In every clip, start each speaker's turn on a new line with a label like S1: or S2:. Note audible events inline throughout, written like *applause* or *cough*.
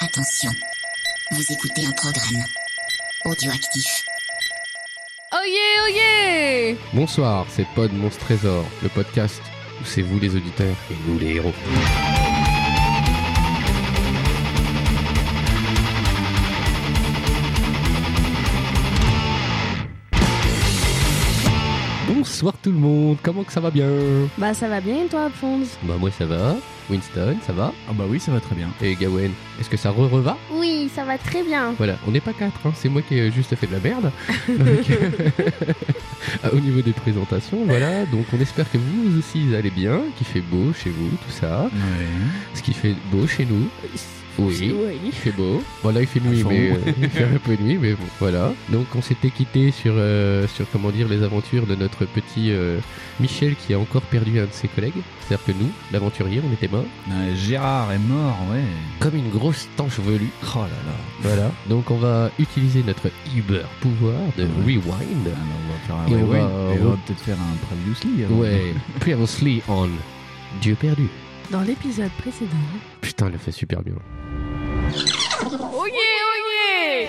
S1: Attention, vous écoutez un programme audioactif.
S2: Oyez, oyez
S3: Bonsoir, c'est Pod Monstre Trésor, le podcast où c'est vous les auditeurs et nous les héros. Bonsoir tout le monde, comment que ça va bien
S2: Bah ça va bien et toi, Alphonse
S3: Bah moi ça va, Winston ça va,
S4: Ah bah oui, ça va très bien.
S3: et Gawen, est-ce que ça re-reva
S2: Oui, ça va très bien.
S3: Voilà, on n'est pas quatre, hein, c'est moi qui ai juste fait de la *laughs* merde. Donc, euh, *laughs* ah, au niveau des présentations, voilà, donc on espère que vous aussi vous allez bien, qu'il fait beau chez vous, tout ça. Ce qui fait beau chez nous, oui, il fait beau. Bon là il fait nuit,
S4: Enfin,
S3: mais
S4: bon.
S3: euh, il fait un peu nuit, mais bon, voilà. Donc on s'était quitté sur, euh, sur comment dire, les aventures de notre petit euh, Michel qui a encore perdu un de ses collègues. C'est-à-dire que nous, l'aventurier, on était morts.
S4: Ouais, Gérard est mort, ouais.
S3: Comme une grosse tanche velue.
S4: Oh là là.
S3: Voilà. Donc on va utiliser notre Uber pouvoir de rewind.
S4: Ah non, on va faire un
S3: Et on
S4: rewind.
S3: va-
S4: Et on
S3: on-
S4: va peut-être faire un previously. avant.
S3: Ouais. Previously on Dieu perdu.
S2: Dans l'épisode précédent.
S3: Putain, elle le fait super bien.
S2: Oyez, oyez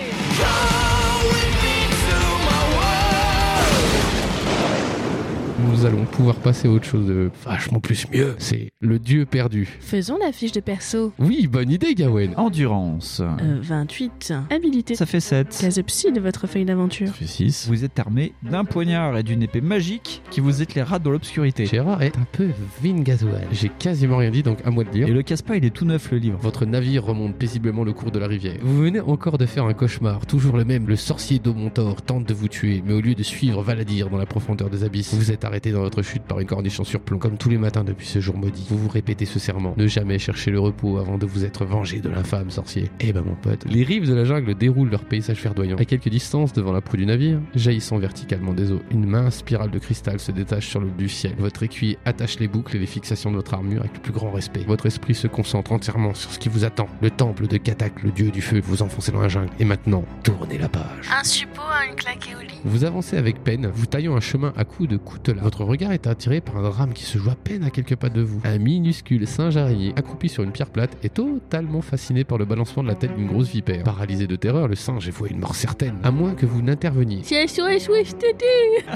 S3: Nous allons pouvoir passer à autre chose de vachement plus mieux. C'est le Dieu perdu.
S2: Faisons la fiche de perso.
S3: Oui, bonne idée, Gawen.
S5: Endurance.
S2: Euh, 28. Habilité.
S5: Ça fait 7.
S2: Case psy de votre feuille d'aventure.
S4: fait 6.
S5: Vous êtes armé d'un poignard et d'une épée magique qui vous éclairera dans l'obscurité.
S3: Gérard est un peu vingazoal. J'ai quasiment rien dit, donc à moi de dire.
S5: Et le casse-pas, il est tout neuf le livre.
S3: Votre navire remonte paisiblement le cours de la rivière. Vous venez encore de faire un cauchemar, toujours le même. Le sorcier Domontor tente de vous tuer, mais au lieu de suivre Valadir dans la profondeur des abysses, vous êtes arrêté dans votre chute par une corniche en surplomb. Comme tous les matins depuis ce jour maudit, vous vous répétez ce serment. Ne jamais chercher le repos avant de vous être vengé de l'infâme sorcier. Eh ben mon pote, les rives de la jungle déroulent leur paysage verdoyant. À quelques distances devant la proue du navire, jaillissant verticalement des eaux, une mince spirale de cristal se détache sur le bleu ciel. Votre écuyer attache les boucles et les fixations de votre armure avec le plus grand respect. Votre esprit se concentre entièrement sur ce qui vous attend. Le temple de Katak, le dieu du feu, vous enfoncez dans la jungle. Et maintenant, tournez la page.
S2: Un suppôt à une claque au lit.
S3: Vous avancez avec peine, vous taillant un chemin à coups de coutelas. Votre regard est attiré par un drame qui se joue à peine à quelques pas de vous. Un minuscule singe araignée accroupi sur une pierre plate est totalement fasciné par le balancement de la tête d'une grosse vipère. Paralysé de terreur, le singe est voué à une mort certaine, à moins que vous n'interveniez.
S2: C'est SOS Wish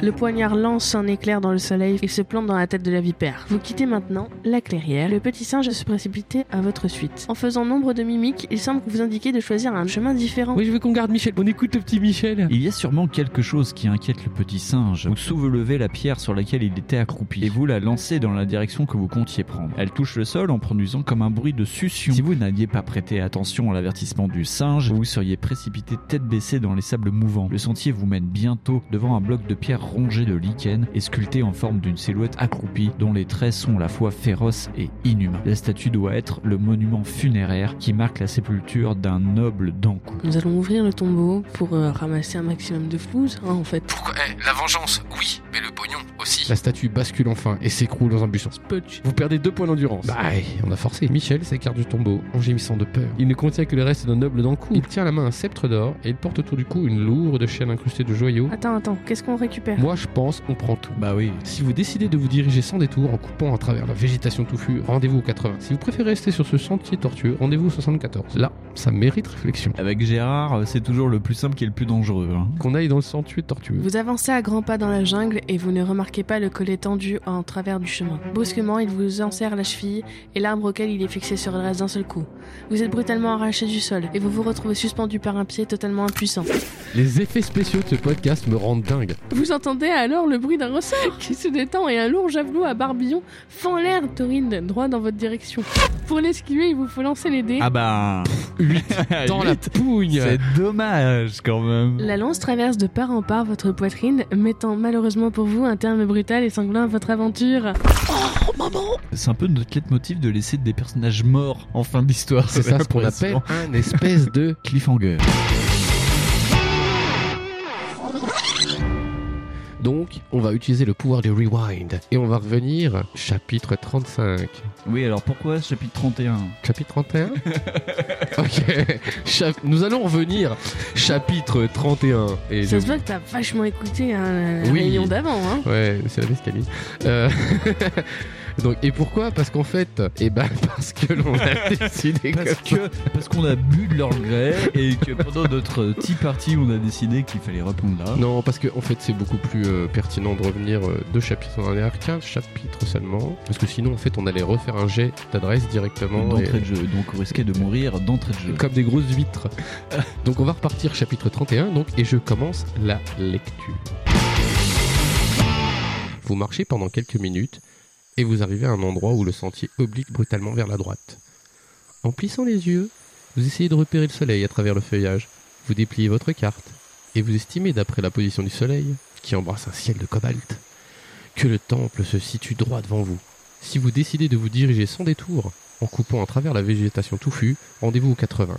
S2: Le poignard lance un éclair dans le soleil et se plante dans la tête de la vipère. Vous quittez maintenant la clairière. Le petit singe se précipitait à votre suite. En faisant nombre de mimiques, il semble que vous indiquez de choisir un chemin différent.
S3: Oui, je veux qu'on garde Michel. On écoute le petit Michel.
S5: Il y a sûrement quelque chose qui inquiète le petit singe. Vous soulevez la pierre sur laquelle il était accroupi et vous la lancez dans la direction que vous comptiez prendre. Elle touche le sol en produisant comme un bruit de succion. Si vous n'aviez pas prêté attention à l'avertissement du singe, vous seriez précipité tête baissée dans les sables mouvants. Le sentier vous mène bientôt devant un bloc de pierre rongé de lichens et sculpté en forme d'une silhouette accroupie dont les traits sont à la fois féroces et inhumains. La statue doit être le monument funéraire qui marque la sépulture d'un noble d'Ankou.
S2: Nous allons ouvrir le tombeau pour euh, ramasser un maximum de flouze, hein, en fait.
S3: eh, La vengeance, oui, mais le pognon aussi. La statue bascule enfin et s'écroule dans un buisson. Vous perdez deux points d'endurance. Bah, on a forcé. Michel s'écarte du tombeau en gémissant de peur. Il ne contient que le reste d'un noble dans le cou. Il tient à la main un sceptre d'or et il porte autour du cou une lourde chaîne incrustée de joyaux.
S2: Attends, attends, qu'est-ce qu'on récupère
S3: Moi, je pense, on prend tout.
S5: Bah oui,
S3: Si vous décidez de vous diriger sans détour en coupant à travers la végétation touffue, rendez-vous au 80. Si vous préférez rester sur ce sentier tortueux, rendez-vous au 74. Là, ça mérite réflexion.
S5: Avec Gérard, euh, c'est toujours le plus simple qui est le plus dangereux. hein.
S3: Qu'on aille dans le sentier tortueux.
S2: Vous avancez à grands pas dans la jungle et vous ne remarquez pas le collet tendu en travers du chemin. Brusquement, il vous enserre la cheville et l'arbre auquel il est fixé se redresse d'un seul coup. Vous êtes brutalement arraché du sol et vous vous retrouvez suspendu par un pied totalement impuissant.
S3: Les effets spéciaux de ce podcast me rendent dingue.
S2: Vous entendez alors le bruit d'un ressort qui se détend et un lourd javelot à barbillon fend l'air torride droit dans votre direction. Pour l'esquiver, il vous faut lancer les dés.
S5: Ah bah *laughs*
S3: 8 dans la
S5: Huit.
S3: pougne
S5: C'est dommage quand même.
S2: La lance traverse de part en part votre poitrine, mettant malheureusement pour vous un terme brutal et sanglant à votre aventure.
S5: C'est un peu notre leitmotiv de laisser des personnages morts en fin d'histoire.
S3: C'est ça ce qu'on appelle
S5: l'impression.
S3: un espèce de...
S5: cliffhanger.
S3: Donc, on va utiliser le pouvoir du rewind. Et on va revenir chapitre 35.
S5: Oui, alors pourquoi ce chapitre 31
S3: Chapitre *laughs* 31 Ok. Chap- Nous allons revenir chapitre 31. Et
S2: Ça
S3: le-
S2: se voit que t'as vachement écouté un
S3: Oui.
S2: réunion d'avant, hein
S3: Ouais, c'est la mescaline. Euh, *laughs* Donc, et pourquoi Parce qu'en fait, eh ben, *laughs* parce que l'on
S5: *laughs*
S3: a décidé
S5: Parce
S3: que...
S5: que parce qu'on a bu de leur gré et que pendant notre euh, tea party, on a décidé qu'il fallait répondre là.
S3: *laughs* Non, parce que en fait, c'est beaucoup plus euh, pertinent de revenir euh, deux chapitres en arrière, qu'un chapitre seulement. Parce que sinon, en fait, on allait refaire un jet d'adresse directement. et-
S5: D'entrée de jeu, donc on risquait de mourir d'entrée de jeu.
S3: Comme des grosses huîtres. *laughs* donc on va repartir chapitre 31 donc et je commence la lecture. Vous marchez pendant quelques minutes et vous arrivez à un endroit où le sentier oblique brutalement vers la droite. En plissant les yeux, vous essayez de repérer le soleil à travers le feuillage. Vous dépliez votre carte et vous estimez d'après la position du soleil, qui embrasse un ciel de cobalt, que le temple se situe droit devant vous. Si vous décidez de vous diriger sans détour, en coupant à travers la végétation touffue, rendez-vous au 80.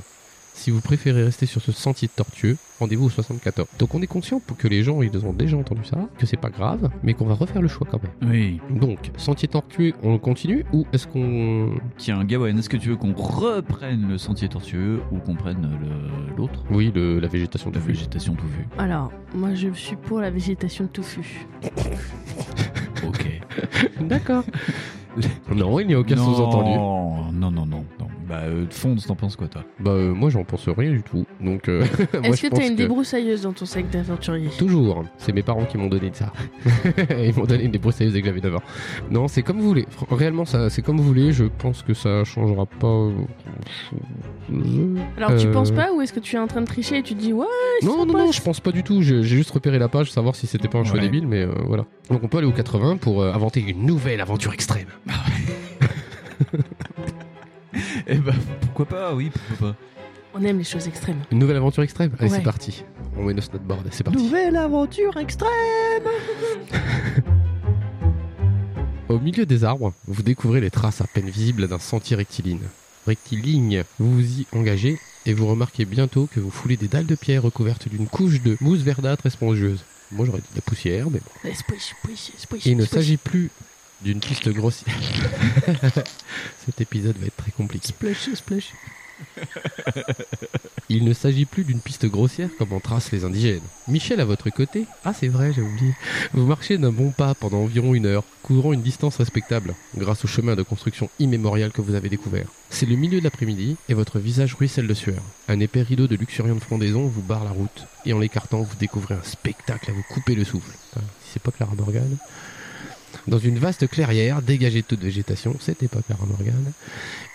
S3: Si vous préférez rester sur ce sentier tortueux, rendez-vous au 74. Donc on est conscient pour que les gens, ils ont déjà entendu ça, que c'est pas grave, mais qu'on va refaire le choix quand même.
S5: Oui.
S3: Donc, sentier tortueux, on continue ou est-ce qu'on...
S5: Tiens, Gawain, est-ce que tu veux qu'on reprenne le sentier tortueux ou qu'on prenne le- l'autre
S3: Oui, le- la végétation
S5: La
S3: touffue.
S5: végétation tout vue.
S2: Alors, moi je suis pour la végétation touffue.
S5: Ok. *laughs*
S3: D'accord. non, il n'y a aucun
S5: non,
S3: sous-entendu.
S5: Non, non, non, non. Bah, euh, Fonds, t'en penses quoi, toi
S3: Bah euh, moi j'en pense rien du tout. Donc euh, *laughs* *laughs* moi
S2: Est-ce
S3: je
S2: que
S3: pense
S2: t'as une débroussailleuse dans ton sac d'aventurier
S3: Toujours, c'est mes parents qui m'ont donné de ça. *laughs* Ils m'ont donné une débroussailleuse dès que j'avais 9 ans. Non, c'est comme vous voulez. Fr- Réellement, ça, c'est comme vous voulez. Je pense que ça changera pas. grand-chose.
S2: Alors tu
S3: Euh,
S2: penses pas ou est-ce que tu es en train de tricher et tu te dis ouais ils
S3: Non,
S2: sont
S3: non,
S2: potes.
S3: non, je pense pas du tout. Je- J'ai juste repéré la page, savoir si c'était pas un choix
S5: Ouais.
S3: débile, mais euh, voilà. Donc on peut aller au 80 pour euh, inventer une nouvelle aventure extrême.
S5: Eh bah, pourquoi pas, oui, pourquoi pas.
S2: On aime les choses extrêmes.
S3: Une nouvelle aventure extrême Allez,
S2: Ouais.
S3: c'est parti. On met nos snowboard, c'est parti.
S5: Nouvelle aventure extrême
S3: Au milieu des arbres, vous découvrez les traces à peine visibles d'un sentier rectiligne. Rectiligne, vous vous y engagez et vous remarquez bientôt que vous foulez des dalles de pierre recouvertes d'une couche de mousse verdâtre et spongieuse. Moi j'aurais dit de la poussière, mais bon.
S2: Eh, squish, squish, squish,
S3: Il ne
S2: squish.
S3: s'agit plus d'une piste grossière. *laughs* Cet épisode va être très compliqué.
S2: Splash, splash.
S3: Il ne s'agit plus d'une piste grossière comme en tracent les indigènes. Michel à votre côté, ah c'est vrai, j'ai oublié, vous marchez d'un bon pas pendant environ une heure, couvrant une distance respectable, grâce au chemin de construction immémorial que vous avez découvert. C'est le milieu de l'après-midi et votre visage ruisselle de sueur. Un épais rideau de luxuriante frondaison vous barre la route, et en l'écartant, vous découvrez un spectacle à vous couper le souffle. Putain, Si c'est pas Clara Morgan. Dans une vaste clairière, dégagée de toute végétation, c'était pas Clara Morgan.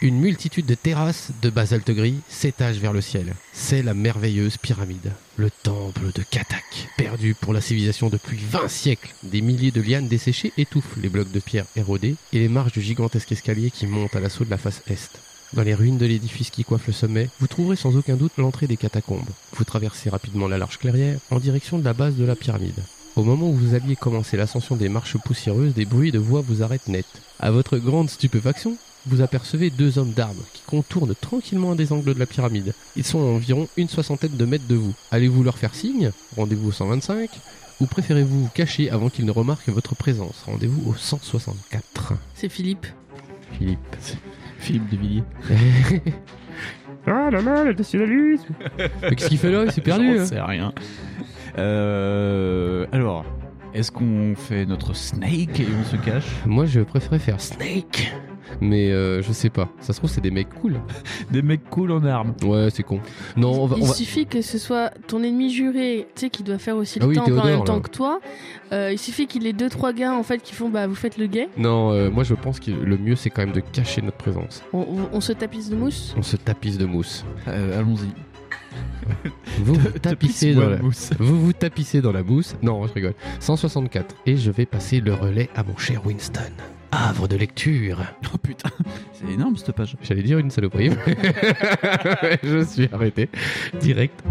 S3: Une multitude de terrasses de basalte gris s'étage vers le ciel. C'est la merveilleuse pyramide, le temple de Katak, perdu pour la civilisation depuis 20 siècles. Des milliers de lianes desséchées étouffent les blocs de pierre érodés et les marches du gigantesque escalier qui monte à l'assaut de la face est. Dans les ruines de l'édifice qui coiffe le sommet, vous trouverez sans aucun doute l'entrée des catacombes. Vous traversez rapidement la large clairière en direction de la base de la pyramide. Au moment où vous alliez commencer l'ascension des marches poussiéreuses, des bruits de voix vous arrêtent net. À votre grande stupéfaction, vous apercevez deux hommes d'armes qui contournent tranquillement un des angles de la pyramide. Ils sont à environ une soixantaine de mètres de vous. Allez-vous leur faire signe Rendez-vous au 125 Ou préférez-vous vous cacher avant qu'ils ne remarquent votre présence Rendez-vous au 164.
S2: C'est Philippe.
S3: Philippe.
S5: Philippe de Villiers.
S3: Ah là là, le nationalisme Mais qu'est-ce qu'il fait là Il s'est perdu
S5: J'en
S3: hein.
S5: sais rien. Euh, alors, est-ce qu'on fait notre snake et on se cache
S3: Moi je préférais faire Snake mais euh, je sais pas, ça se trouve c'est des mecs cool.
S5: Des mecs cool en armes.
S3: Ouais, c'est con. Non, on va.
S2: Il
S3: on va-
S2: suffit que ce soit ton ennemi juré, tu sais, qui doit faire aussi le
S3: Ah oui,
S2: temple en
S3: Théodore,
S2: même temps
S3: là.
S2: que toi. Euh, il suffit qu'il ait deux trois gars en fait qui font bah vous faites le gay.
S3: Non, euh, moi je pense que le mieux c'est quand même de cacher notre présence.
S2: On, on- on se tapisse de mousse.
S3: On se tapisse de mousse.
S5: Euh, *laughs* Allons-y.
S3: Vous vous tapissez
S5: Tapisse-moi
S3: dans la
S5: de mousse.
S3: Vous vous tapissez dans la mousse. Non, je rigole. 164. Et je vais passer le relais à mon cher Winston. Havre de lecture.
S5: *laughs* Oh putain, c'est énorme cette page.
S3: J'allais dire une saloperie. *laughs* je suis arrêté. Direct.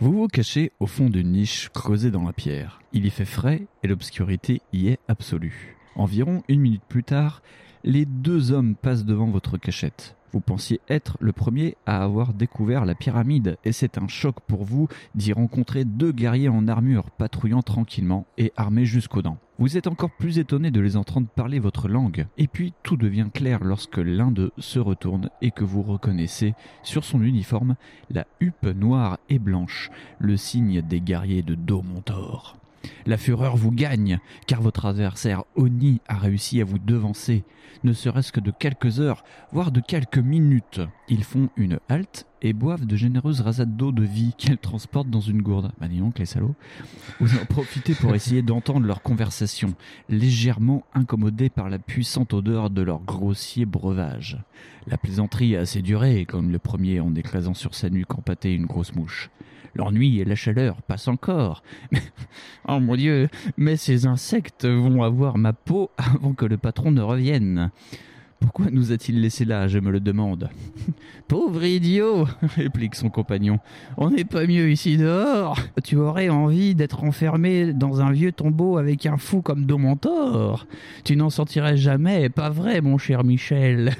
S5: Vous vous cachez au fond d'une niche creusée dans la pierre. Il y fait frais et l'obscurité y est absolue. Environ une minute plus tard, les deux hommes passent devant votre cachette. Vous pensiez être le premier à avoir découvert la pyramide et c'est un choc pour vous d'y rencontrer deux guerriers en armure patrouillant tranquillement et armés jusqu'aux dents. Vous êtes encore plus étonné de les entendre parler votre langue. Et puis tout devient clair lorsque l'un d'eux se retourne et que vous reconnaissez sur son uniforme la huppe noire et blanche, le signe des guerriers de Domontor. La fureur vous gagne, car votre adversaire Oni a réussi à vous devancer, ne serait-ce que de quelques heures, voire de quelques minutes. Ils font une halte et boivent de généreuses rasades d'eau de vie qu'elles transportent dans une gourde. Bah dis donc, les salauds. Vous en profitez pour essayer d'entendre leur conversation, légèrement incommodés par la puissante odeur de leur grossier breuvage. La plaisanterie a assez duré, comme le premier en écrasant sur sa nuque empâtée une grosse mouche. L'ennui et la chaleur passent encore. oh mon Dieu, mais ces insectes vont avoir ma peau avant que le patron ne revienne. Pourquoi nous a-t-il laissé là, je me le demande *laughs* Pauvre idiot réplique son compagnon. On n'est pas mieux ici dehors Tu aurais envie d'être enfermé dans un vieux tombeau avec un fou comme Domentor Tu n'en sortirais jamais, pas vrai, mon cher Michel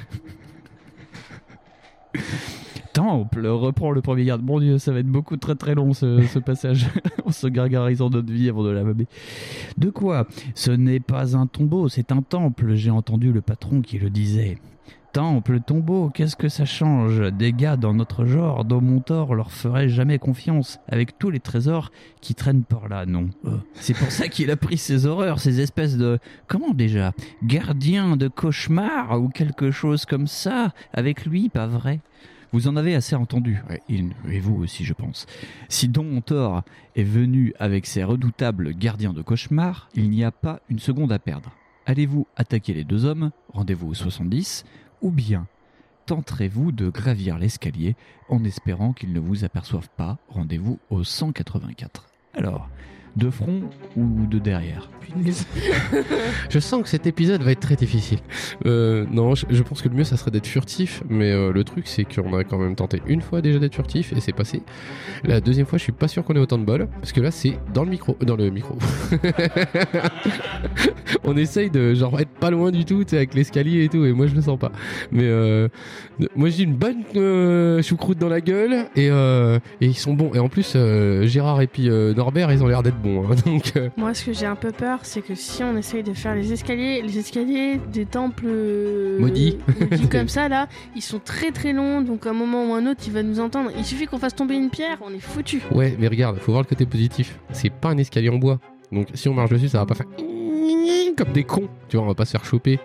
S5: Temple, reprend le premier garde. Mon dieu, ça va être beaucoup très très long ce, ce passage. *laughs* en se gargarisant notre vie avant de la baber. De quoi Ce n'est pas un tombeau, c'est un temple, j'ai entendu le patron qui le disait. Temple, tombeau, qu'est-ce que ça change Des gars dans notre genre, dont Montor leur ferait jamais confiance, avec tous les trésors qui traînent par là, non Euh, C'est pour ça qu'il a pris ces horreurs, ces espèces de... Comment déjà Gardiens de cauchemar ou quelque chose comme ça, avec lui, pas vrai vous en avez assez entendu, Ouais, il- et vous aussi je pense. Si Don Montor est venu avec ses redoutables gardiens de cauchemar, il n'y a pas une seconde à perdre. Allez-vous attaquer les deux hommes, rendez-vous au 70, ou bien tenterez-vous de gravir l'escalier en espérant qu'ils ne vous aperçoivent pas, rendez-vous au 184. Alors, de front ou de derrière
S3: Je sens que cet épisode va être très difficile. Euh, non, je, je pense que le mieux, ça serait d'être furtif, mais euh, le truc, c'est qu'on a quand même tenté une fois déjà d'être furtif et c'est passé. La deuxième fois, je suis pas sûr qu'on ait autant de bol, parce que là, c'est dans le micro. euh, Dans le micro. *laughs* On essaye de genre être pas loin du tout, tu sais, avec l'escalier et tout, et moi, je le sens pas. Mais euh, moi, j'ai une bonne euh, choucroute dans la gueule et, euh, et ils sont bons. Et en plus, euh, Gérard et puis euh, Norbert, ils ont l'air d'être bons. hein, *laughs* donc. euh,
S2: Moi, ce que j'ai un peu peur, c'est que si on essaye de faire les escaliers, les escaliers des temples euh,
S3: Maudits. *laughs*
S2: maudits comme ça, là, ils sont très très longs, donc à un moment ou un autre, il va nous entendre. Il suffit qu'on fasse tomber une pierre, on est foutu.
S3: Ouais, mais regarde, faut voir le côté positif. C'est pas un escalier en bois. Donc si on marche dessus, ça va pas faire *laughs* comme des cons. Tu vois, on va pas se faire choper.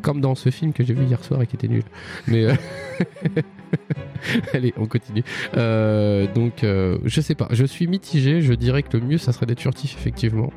S3: Comme dans ce film que j'ai vu hier soir et qui était nul. Mais euh, *laughs* allez, on continue. Euh, donc, euh, je sais pas. Je suis mitigé. Je dirais que le mieux, ça serait d'être furtif, effectivement.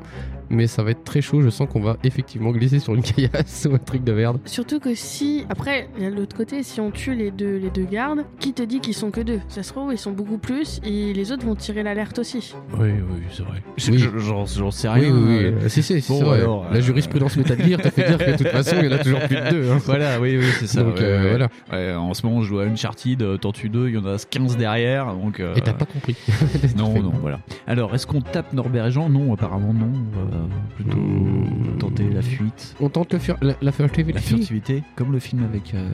S3: Mais ça va être très chaud. Je sens qu'on va effectivement glisser sur une caillasse *laughs* ou un truc de merde.
S2: Surtout que si, après, il y a de l'autre côté, si on tue les deux, les deux gardes, qui te dit qu'ils sont que deux Ça se trouve, ils sont beaucoup plus, et les autres vont tirer l'alerte aussi.
S5: Oui, oui, c'est vrai.
S3: Oui.
S5: J'en sais
S3: oui,
S5: rien.
S3: oui, oui.
S5: euh,
S3: Euh, Si, si, si,
S5: bon,
S3: c'est vrai.
S5: alors,
S3: La
S5: euh,
S3: jurisprudence Metal Gear t'a fait dire que de toute façon, il y en a toujours plus de deux. hein.
S5: Voilà, oui, oui, c'est ça.
S3: Donc,
S5: ouais,
S3: euh,
S5: ouais.
S3: voilà.
S5: Ouais, en ce moment, je joue à Uncharted, euh, t'en tues deux, il y en a 15 derrière, donc... euh,
S3: Et t'as pas compris. *laughs*
S5: Non, non, voilà. Alors, est-ce qu'on tape Norbert et Jean Non, apparemment non. On va plutôt
S3: Mmh.
S5: tenter la fuite.
S3: On tente le fur... la, la furtivité.
S5: La furtivité, comme le film avec euh,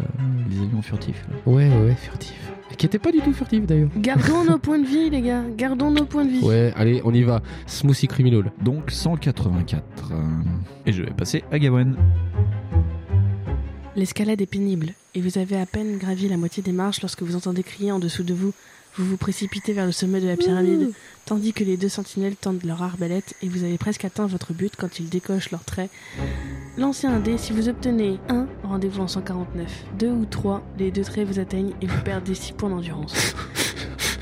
S5: les avions furtifs. là.
S3: Ouais, ouais, ouais, furtif. Qui était pas du tout furtif d'ailleurs.
S2: Gardons nos points de vie, les gars, gardons nos points de vie.
S3: Ouais, allez, on y va. Smoothie criminal.
S5: Donc 184. euh, Et je vais passer à Gawen.
S2: L'escalade est pénible, et vous avez à peine gravi la moitié des marches lorsque vous entendez crier en dessous de vous. Vous vous précipitez vers le sommet de la pyramide, tandis que les deux sentinelles tendent leur arbalète et vous avez presque atteint votre but quand ils décochent leurs traits. Lancez un dé, si vous obtenez 1, rendez-vous en 149. 2 ou 3, les deux traits vous atteignent et vous perdez 6 points d'endurance.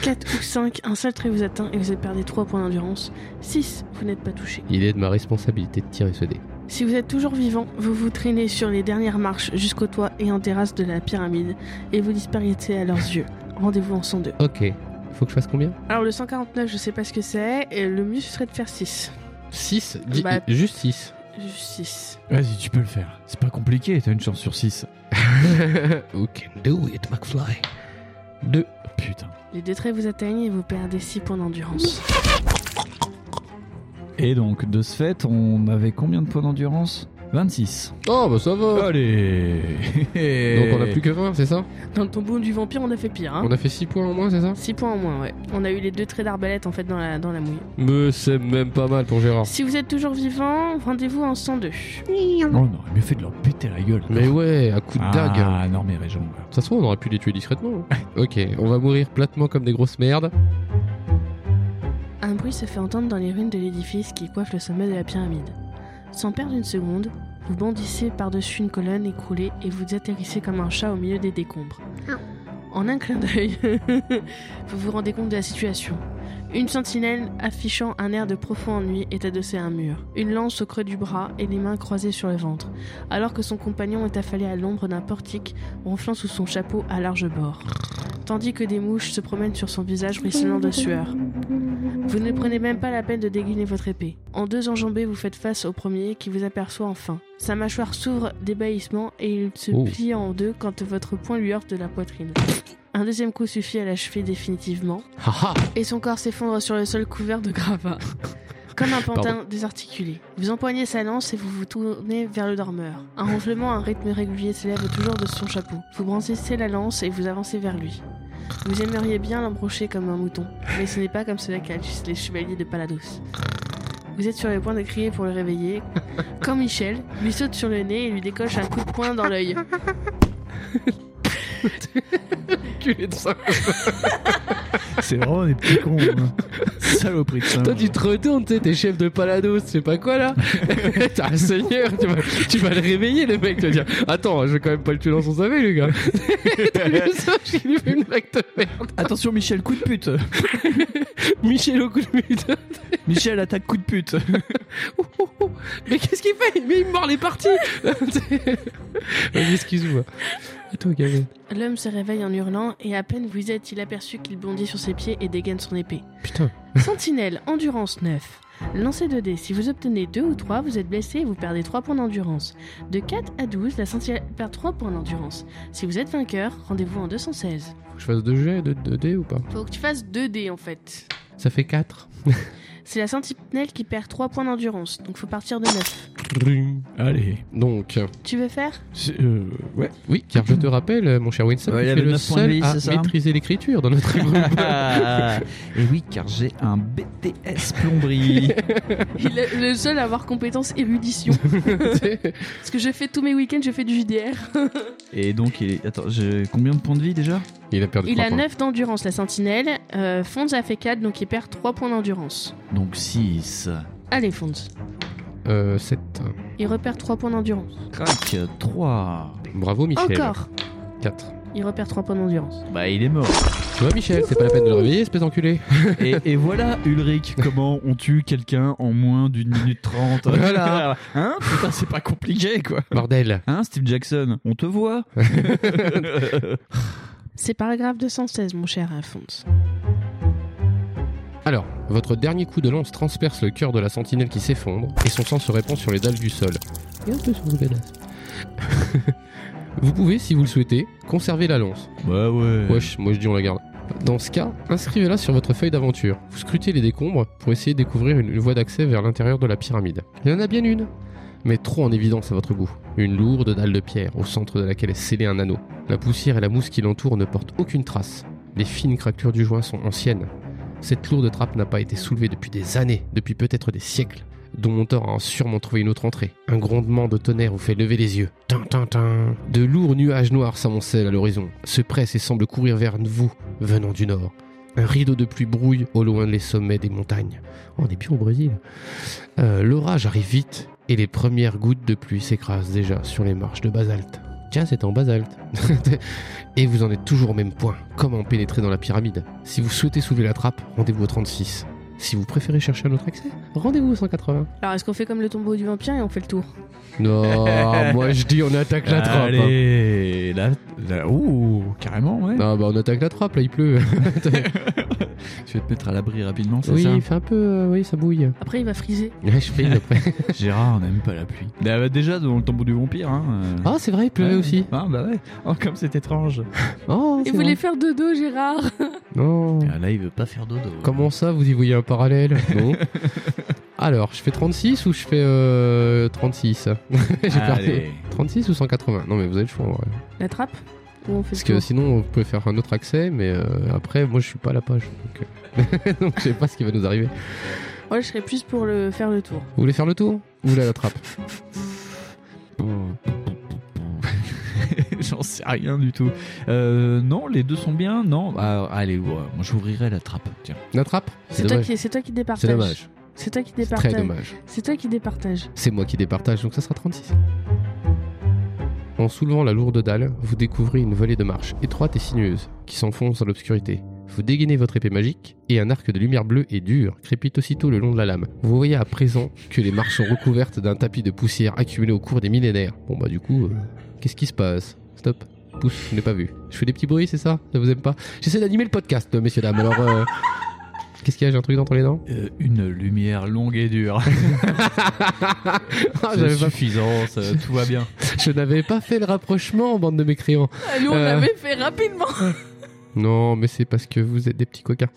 S2: 4 ou 5, un seul trait vous atteint et vous perdez 3 points d'endurance. 6, vous n'êtes pas touché.
S3: Il est de ma responsabilité de tirer ce dé.
S2: Si vous êtes toujours vivant, vous vous traînez sur les dernières marches jusqu'au toit et en terrasse de la pyramide, et vous disparaissez à leurs yeux. Rendez-vous en 102.
S3: Ok. Faut que je fasse combien
S2: Alors le 149, je sais pas ce que c'est, et le mieux ce serait de faire 6.
S3: 6
S2: Bah-
S3: Juste 6.
S2: Juste 6.
S5: Vas-y, tu peux le faire. C'est pas compliqué, t'as une chance sur 6.
S3: Who can do it, McFly 2.
S5: Putain.
S2: Les deux traits vous atteignent et vous perdez 6 points d'endurance.
S5: Et donc, de ce fait, on avait combien de points d'endurance 26.
S3: Oh, bah ça va.
S5: *laughs* Allez
S3: Donc on a plus que 20, c'est ça
S2: Dans le tombeau du vampire, on a fait pire, hein
S3: On a fait 6 points en moins, c'est ça
S2: 6 points en moins, ouais. On a eu les deux traits d'arbalète en fait dans la, dans la mouille.
S3: Mais c'est même pas mal pour Gérard.
S2: Si vous êtes toujours vivant, rendez-vous en 102.
S5: Non, on aurait mieux fait de leur péter la gueule.
S3: Mais ouais, à coup de dague.
S5: Ah, non, mais Réjean.
S3: Ça se trouve, on aurait *laughs* pu les tuer discrètement. hein. ok, on va mourir platement comme des grosses merdes.
S2: Un bruit se fait entendre dans les ruines de l'édifice qui coiffe le sommet de la pyramide. Sans perdre une seconde, vous bondissez par-dessus une colonne écroulée et vous atterrissez comme un chat au milieu des décombres. En un clin d'œil, *laughs* vous vous rendez compte de la situation. Une sentinelle affichant un air de profond ennui est adossée à un mur, une lance au creux du bras et les mains croisées sur le ventre, alors que son compagnon est affalé à l'ombre d'un portique ronflant sous son chapeau à large bord, tandis que des mouches se promènent sur son visage ruisselant de sueur. Vous ne prenez même pas la peine de dégainer votre épée. En deux enjambées, vous faites face au premier qui vous aperçoit enfin. Sa mâchoire s'ouvre d'ébahissement et il se
S3: Oh.
S2: plie en deux quand votre poing lui heurte la poitrine. Un deuxième coup suffit à l'achever définitivement
S3: Haha
S2: et son corps s'effondre sur le sol couvert de gravats. Comme un pantin
S3: Pardon.
S2: désarticulé. Vous empoignez sa lance et vous vous tournez vers le dormeur. Un ronflement à un rythme régulier s'élève toujours de son chapeau. Vous brandissez la lance et vous avancez vers lui. Vous aimeriez bien l'embrocher comme un mouton, mais ce n'est pas comme cela qu'agissent les chevaliers de Palados. Vous êtes sur le point de crier pour le réveiller, quand Michel lui saute sur le nez et lui décoche un coup de poing dans l'œil.
S3: Culé de ça
S4: *laughs* C'est vraiment des petits cons. hein. Saloperie de ça.
S3: Toi, tu te retournes, tu sais, t'es chef de Palados, tu sais pas quoi *laughs* là T'as un seigneur, tu vas, tu vas le réveiller le mec, tu vas dire Attends, je vais quand même pas le tuer dans son sommeil, *laughs* le gars T'as vu ça J'ai lui fait une blague de merde
S5: Attention Michel, coup de pute
S3: Michel au coup de but
S5: *laughs* Michel attaque coup de pute
S3: Mais qu'est-ce qu'il fait Mais il mord les parties Vas-y, excuse-moi. À toi, Gabriel.
S2: L'homme se réveille en hurlant et à peine vous êtes-il aperçu qu'il bondit sur ses pieds et dégaine son épée.
S3: Putain.
S2: *laughs* Sentinelle, endurance 9. Lancez 2 dés. Si vous obtenez 2 ou 3, vous êtes blessé et vous perdez 3 points d'endurance. De 4 à 12, la sentinelle perd 3 points d'endurance. Si vous êtes vainqueur, rendez-vous en 216.
S3: Faut que je fasse 2 G, 2 D ou pas
S2: Faut que tu fasses 2 dés en fait.
S3: Ça fait 4.
S2: C'est la sentinelle qui perd 3 points d'endurance, donc faut partir de 9.
S4: Allez.
S3: Donc,
S2: Tu veux faire
S4: ouais.
S3: oui, car je te rappelle, euh, mon cher Winston,
S5: Ouais,
S3: tu
S5: il y
S3: es
S5: avait
S3: le
S5: 9 points de
S3: seul
S5: vie,
S3: à
S5: c'est ça hein
S3: maîtriser l'écriture dans notre groupe.
S5: *laughs* Et oui, car j'ai un BTS plomberie
S2: Il est le seul à avoir compétence érudition. Parce que je fais tous mes week-ends, je fais du JDR.
S5: *laughs* Et donc, il est... attends, j'ai combien de points de vie déjà
S3: il a perdu
S2: Il
S3: trois
S2: a
S3: points.
S2: 9 d'endurance, la sentinelle. Euh, Fonz a fait 4, donc il perd 3 points d'endurance.
S5: Donc 6.
S2: Allez, Fonz.
S3: Euh, 7.
S2: Il repère 3 points d'endurance.
S5: Crac, 3.
S3: Bravo, Michel.
S2: Encore
S3: 4.
S2: Il repère 3 points d'endurance.
S5: Bah, il est mort.
S3: Tu vois, Michel, c'est pas la peine de le réveiller, espèce d'enculé.
S5: et, et voilà, Ulrich, comment on tue quelqu'un en moins d'une minute trente.
S3: Voilà.
S5: Hein Putain, c'est pas compliqué, quoi.
S3: *laughs* Bordel.
S5: Hein, Steve Jackson On te voit
S2: C'est paragraphe 216, mon cher euh, Fonz.
S3: Alors, votre dernier coup de lance transperce le cœur de la sentinelle qui s'effondre et son sang se répand sur les dalles du sol. Et un peu sur le badass. *laughs* vous pouvez, si vous le souhaitez, conserver la lance.
S5: Bah ouais.
S3: Wesh, moi je dis on la garde. Dans ce cas, inscrivez-la sur votre feuille d'aventure. Vous scrutez les décombres pour essayer de découvrir une une voie d'accès vers l'intérieur de la pyramide. Il y en a bien une, mais trop en évidence à votre goût. Une lourde dalle de pierre, au centre de laquelle est scellé un anneau. La poussière et la mousse qui l'entourent ne portent aucune trace. Les fines craquelures du joint sont anciennes. Cette lourde trappe n'a pas été soulevée depuis des années, depuis peut-être des siècles. Dont Montor a sûrement trouvé une autre entrée. Un grondement de tonnerre vous fait lever les yeux. Tin, tin, tin. De lourds nuages noirs s'amoncellent à l'horizon, se pressent et semblent courir vers vous, venant du nord. Un rideau de pluie brouille au loin les sommets des montagnes. Oh, on est bien au Brésil. Euh, L'orage arrive vite et les premières gouttes de pluie s'écrasent déjà sur les marches de basalte. Tiens, c'est en basalte. *laughs* et vous en êtes toujours au même point. Comment pénétrer dans la pyramide Si vous souhaitez soulever la trappe, rendez-vous au 36. Si vous préférez chercher un autre accès, rendez-vous au 180.
S2: Alors, est-ce qu'on fait comme le tombeau du vampire et on fait le tour
S3: Non, *laughs* moi je dis on attaque la trappe. hein.
S5: Allez, là, là, ouh, carrément, ouais.
S3: Non, bah on attaque la trappe, là il pleut.
S5: Tu vas te mettre à l'abri rapidement, c'est
S3: oui,
S5: ça
S3: il *laughs* fait un peu, euh, oui, ça bouille.
S2: Après, il va friser.
S3: Ouais, je fais une après.
S5: Gérard n'aime pas la pluie. Bah, bah, déjà, dans le tombeau du vampire, hein. euh,
S3: *laughs* Ah, c'est vrai, il pleuvait
S5: ouais.
S3: aussi.
S5: Ah, bah ouais. Oh, comme c'est étrange.
S3: Oh,
S2: Il
S3: c'est
S2: voulait
S3: vrai.
S2: faire dodo, Gérard
S3: Non.
S5: Ah, là, il veut pas faire dodo.
S3: Comment ça, vous y voyez un parallèle *laughs* Non. Alors, je fais 36 ou je fais euh, 36 *laughs* J'ai perdu. 36 ou 180 Non, mais vous avez le choix. en vrai.
S2: La trappe Ou on fait
S3: Parce
S2: le
S3: que
S2: tour
S3: sinon, on peut faire un autre accès, mais euh, après, moi, je suis pas à la page. Donc, euh, *laughs* donc, je sais pas ce qui va nous arriver.
S2: Moi, je serais plus pour le faire le tour.
S3: Vous voulez faire le tour Vous voulez à la trappe
S5: J'en sais rien du tout. Euh, non, les deux sont bien. Non, Ah, allez, ouais, moi j'ouvrirai la trappe. Tiens.
S3: L'attrape
S2: C'est toi,
S3: dommage.
S2: qui- c'est toi qui
S3: C'est
S2: départage.
S3: dommage.
S2: C'est toi qui
S3: C'est très
S2: départage.
S3: dommage.
S2: C'est toi qui départage.
S3: C'est moi qui départage, donc ça sera 36. En soulevant la lourde dalle, vous découvrez une vallée de marches étroite et sinueuse qui s'enfonce dans l'obscurité. Vous dégainez votre épée magique et un arc de lumière bleue et dur crépite aussitôt le long de la lame. Vous voyez à présent que les marches sont recouvertes d'un tapis de poussière accumulé au cours des millénaires. Bon bah du coup, euh, qu'est-ce qui se passe Stop. Pousse, je n'ai pas vu. Je fais des petits bruits, c'est ça Ça vous aime pas J'essaie d'animer le podcast, euh, messieurs dames. Alors, euh, qu'est-ce qu'il y a J'ai un truc dans les dents
S5: Euh, une lumière longue et dure. *laughs*
S3: Ah,
S5: C'est
S3: j'avais pas-
S5: suffisant, ça, euh, tout va bien.
S3: Je n'avais pas fait le rapprochement, bande de mécréants.
S2: Ah, Nous, on
S3: Euh.
S2: l'avait fait rapidement.
S3: Non, mais c'est parce que vous êtes des petits coquins.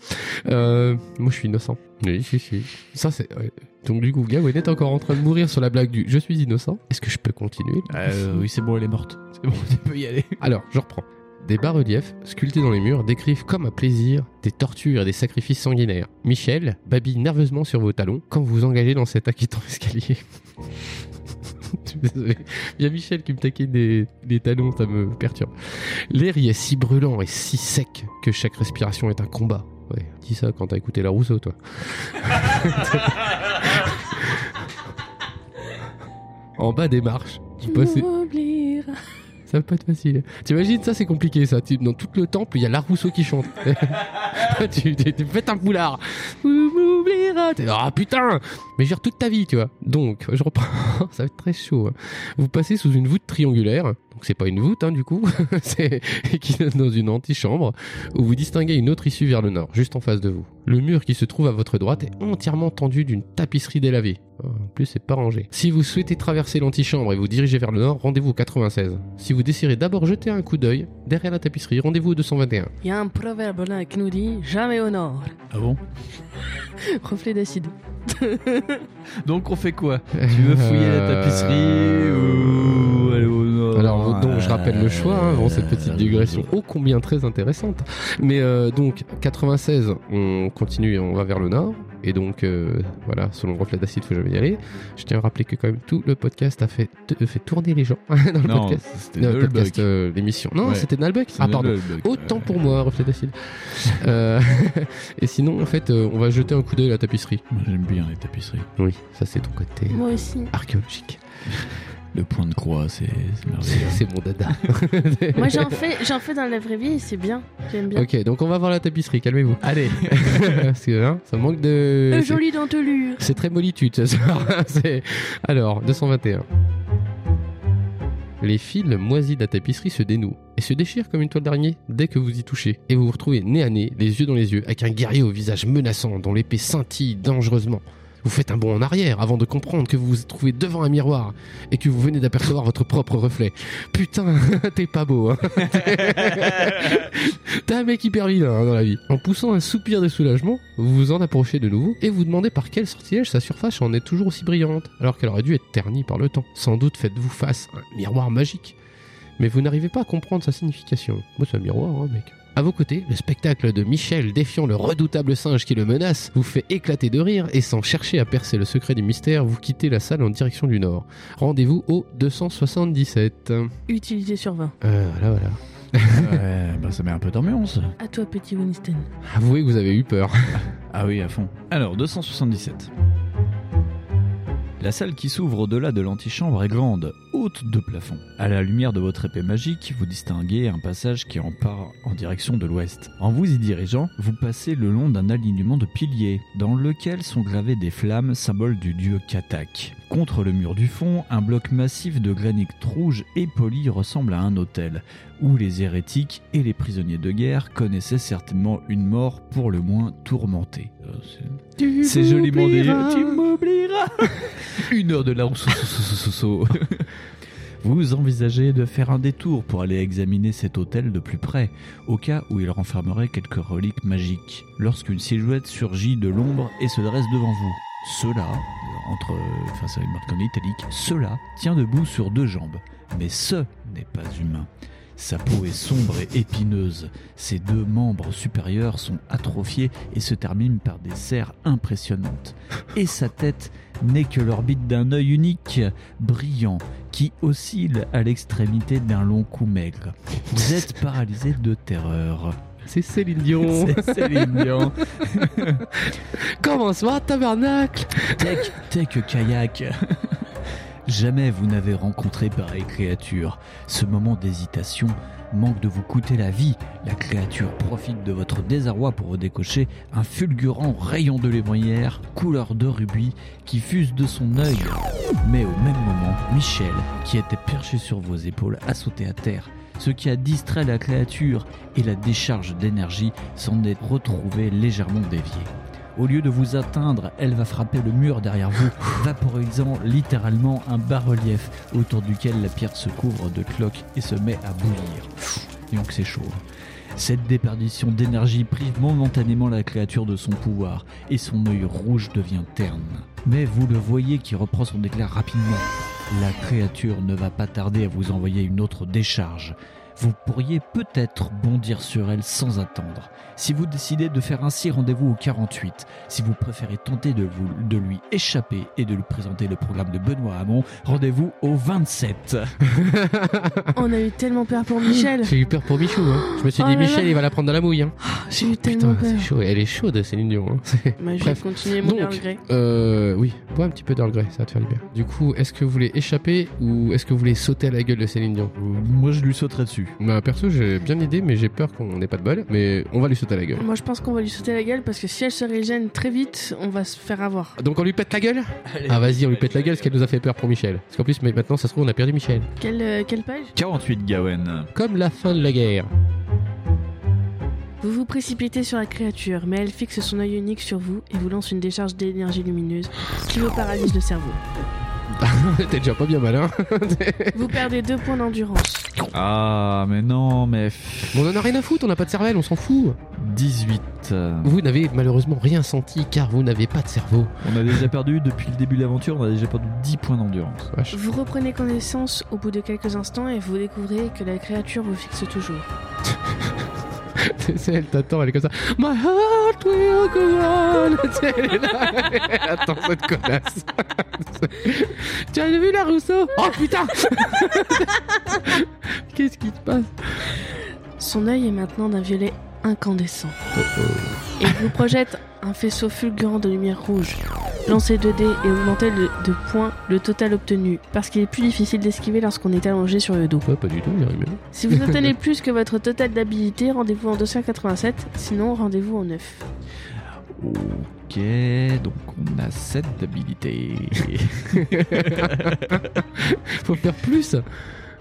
S3: Euh, moi, je suis innocent. Oui, si, si. Ça, c'est. ouais. Donc, du coup, Gawain est encore en train de mourir sur la blague du je suis innocent. Est-ce que je peux continuer
S5: *laughs* Euh, oui, c'est bon, elle est morte. *laughs* C'est bon, tu peux y aller.
S3: Alors, je reprends. Des bas-reliefs, sculptés dans les murs, décrivent comme à plaisir des tortures et des sacrifices sanguinaires. Michel babille nerveusement sur vos talons quand vous vous engagez dans cet inquiétant escalier. *laughs* Je suis désolé. Il y a Michel qui me taquine des, des talons, ça me perturbe. L'air y est si brûlant et si sec que chaque respiration est un combat. Ouais, dis ça quand t'as écouté la Rousseau, toi. *laughs* en bas des marches, tu
S2: *laughs*
S3: passes...
S2: M'oubliera.
S3: Ça va pas être facile. T'imagines, ça c'est compliqué ça. Tu- Dans tout le temple, il y a la Rousseau qui chante. *laughs* tu tu- tu fais un poulard. Vous m'oublierez. T'es, Ah putain Mais gère toute ta vie, tu vois. Donc, je reprends. *laughs* ça va être très chaud. hein. Vous passez sous une voûte triangulaire. Donc c'est pas une voûte, hein, du coup. *laughs* c'est qui donne dans une antichambre où vous distinguez une autre issue vers le nord, juste en face de vous. Le mur qui se trouve à votre droite est entièrement tendu d'une tapisserie délavée. Oh, En plus, c'est pas rangé. Si vous souhaitez traverser l'antichambre et vous diriger vers le nord, rendez-vous au 96. Si vous désirez d'abord jeter un coup d'œil derrière la tapisserie, rendez-vous au 221.
S2: Il y a un proverbe là qui nous dit jamais au nord.
S4: Ah bon
S2: *laughs* Reflet d'acide.
S5: Donc, on fait quoi Tu veux fouiller la tapisserie ou aller au nord
S3: Euh, Alors donc je rappelle le choix hein, avant cette petite
S5: Euh,
S3: digression ô combien très intéressante. Mais euh, donc 96, on continue et on va vers le nord. Et donc euh, voilà, selon le reflet d'acide, faut jamais y aller. Je tiens à rappeler que quand même tout le podcast a fait, t- fait tourner les gens *laughs* dans le
S5: Non,
S3: podcast.
S5: c'était
S3: Non, le
S5: Nullbuck.
S3: podcast, euh, l'émission. Non,
S5: Ouais.
S3: c'était Nalbec.
S5: C'est
S3: Ah pardon.
S5: Nullbuck.
S3: Autant pour moi, reflet d'acide. Euh, *laughs* et sinon, en fait, euh, on va jeter un coup d'œil à la tapisserie.
S5: Moi, J'aime bien les tapisseries.
S3: Oui, ça c'est ton côté
S2: Moi aussi.
S3: archéologique.
S5: *laughs* Le point de croix, c'est c'est merveilleux.
S3: C'est mon dada. *laughs*
S2: Moi j'en fais, j'en fais dans la vraie vie et c'est bien. J'aime bien.
S3: Ok, donc on va voir la tapisserie, calmez-vous.
S5: Allez
S3: *laughs* Parce que hein, ça manque de.
S2: Euh,
S3: c'est-
S2: jolie dentelure.
S3: C'est très molitude ce soir. *laughs* C'est- Alors, 221. Les fils moisis de la tapisserie se dénouent et se déchirent comme une toile d'araignée dès que vous y touchez. Et vous vous retrouvez nez à nez, les yeux dans les yeux, avec un guerrier au visage menaçant dont l'épée scintille dangereusement. Vous faites un bond en arrière avant de comprendre que vous vous trouvez devant un miroir et que vous venez d'apercevoir votre propre reflet. Putain, *laughs* t'es pas beau. Hein T'es un mec hyper vilain hein, dans la vie. En poussant un soupir de soulagement, vous vous en approchez de nouveau et vous demandez par quel sortilège sa surface en est toujours aussi brillante, alors qu'elle aurait dû être ternie par le temps. Sans doute faites-vous face à un miroir magique, mais vous n'arrivez pas à comprendre sa signification. Moi, c'est un miroir, hein, mec. À vos côtés, le spectacle de Michel défiant le redoutable singe qui le menace vous fait éclater de rire et sans chercher à percer le secret du mystère, vous quittez la salle en direction du nord. Rendez-vous au 277.
S2: Utilité sur 20.
S3: Euh, voilà, voilà.
S5: ouais, bah, Ça met un peu d'ambiance.
S2: À toi petit Winston.
S3: *laughs* Avouez que vous avez eu peur.
S5: Ah oui, à fond. Alors, 277. La salle qui s'ouvre au-delà de l'antichambre est grande, haute de plafond. À la lumière de votre épée magique, vous distinguez un passage qui en part en direction de l'ouest. En vous y dirigeant, vous passez le long d'un alignement de piliers, dans lequel sont gravées des flammes, symbole du dieu Katak. Contre le mur du fond, un bloc massif de granit rouge et poli ressemble à un autel où les hérétiques et les prisonniers de guerre connaissaient certainement une mort pour le moins tourmentée. Euh, c'est- C'est joliment dit. Tu m'oublieras *laughs* Une heure de la so- so- so- so- so- so. *laughs* Vous envisagez de faire un détour pour aller examiner cet hôtel de plus près, au cas où il renfermerait quelques reliques magiques, lorsqu'une silhouette surgit de l'ombre et se dresse devant vous. Cela, entre, enfin ça marque en italique, cela tient debout sur deux jambes, mais ce n'est pas humain. Sa peau est sombre et épineuse. Ses deux membres supérieurs sont atrophiés et se terminent par des serres impressionnantes. Et sa tête n'est que l'orbite d'un œil unique, brillant, qui oscille à l'extrémité d'un long cou maigre. Vous êtes paralysé de terreur.
S3: C'est Céline Dion.
S5: C'est Céline Dion.
S3: Commence-moi, tabernacle
S5: Tech, tech kayak. Jamais vous n'avez rencontré pareille créature. Ce moment d'hésitation manque de vous coûter la vie. La créature profite de votre désarroi pour redécocher un fulgurant rayon de lumière, couleur de rubis, qui fuse de son œil. Mais au même moment, Michel, qui était perché sur vos épaules, a sauté à terre. Ce qui a distrait la créature et la décharge d'énergie s'en est retrouvée légèrement déviée. Au lieu de vous atteindre, elle va frapper le mur derrière vous, vaporisant littéralement un bas-relief autour duquel la pierre se couvre de cloques et se met à bouillir. Pfff, Disons que c'est chaud. hein. Cette déperdition d'énergie prive momentanément la créature de son pouvoir et son œil rouge devient terne. Mais vous le voyez qui reprend son éclair rapidement. La créature ne va pas tarder à vous envoyer une autre décharge. Vous pourriez peut-être bondir sur elle sans attendre. Si vous décidez de faire ainsi, rendez-vous au 48. Si vous préférez tenter de, vous, de lui échapper et de lui présenter le programme de Benoît Hamon, rendez-vous au 27.
S2: On a eu tellement peur
S3: *laughs*
S2: pour Michel.
S3: J'ai eu peur pour Michou. hein. Je me suis
S2: Oh
S3: dit,
S2: là
S3: Michel,
S2: là.
S3: il va la prendre dans la mouille. hein.
S2: J'ai eu tellement
S3: Putain, c'est
S2: peur.
S3: chaud. Elle est chaude, Céline Dion. hein. *laughs*
S2: Mais je vais
S3: Bref.
S2: continuer mon
S3: Donc,
S2: regret.
S3: Euh, oui, bois un petit peu d'Earl Grey, ça va te faire du bien. Du coup, est-ce que vous voulez échapper ou est-ce que vous voulez sauter à la gueule de Céline Dion
S5: Moi, je lui sauterai dessus.
S3: Bah, perso, j'ai bien l'idée, mais j'ai peur qu'on n'ait pas de bol. Mais on va lui sauter à la gueule.
S2: Moi, je pense qu'on va lui sauter la gueule parce que si elle se régène très vite, on va se faire avoir.
S3: Donc on lui pète la gueule Ah vas-y, on lui pète la gueule, parce qu'elle nous a fait peur pour Michel. Parce qu'en plus, mais maintenant, ça se trouve, on a perdu Michel.
S2: Quelle, euh, quelle page
S5: 48 Gawen.
S3: Comme la fin de la guerre. *laughs*
S2: Vous vous précipitez sur la créature, mais elle fixe son œil unique sur vous et vous lance une décharge d'énergie lumineuse qui vous paralyse le cerveau.
S3: T'es déjà pas bien malin.
S2: Vous perdez deux points d'endurance.
S5: Ah, mais non, mais.
S3: Mais on en a rien à foutre, on n'a pas de cervelle, on s'en fout.
S5: 18.
S3: Vous n'avez malheureusement rien senti, car vous n'avez pas de cerveau.
S5: On a déjà perdu, depuis le début de l'aventure, on a déjà perdu 10 points d'endurance.
S3: Vache.
S2: Vous reprenez connaissance au bout de quelques instants et vous découvrez que la créature vous fixe toujours.
S3: Tu sais, elle t'attend, elle est comme ça. My heart will go on. *laughs* Tu sais, Elle est là. Elle attend cette connasse. *laughs* tu as vu la Rousseau Oh putain Qu'est-ce qui se passe
S2: Son œil est maintenant d'un violet incandescent. Et vous projette un faisceau fulgurant de lumière rouge. Lancez 2 dés et augmentez le- de points le total obtenu, parce qu'il est plus difficile d'esquiver lorsqu'on est allongé sur le dos.
S3: Ouais, Oh, pas du tout, j'arrive bien.
S2: Si vous obtenez plus que votre total d'habilité, rendez-vous en 287, sinon rendez-vous en 9.
S5: Ok, donc on a 7 d'habilité.
S3: Faut faire plus.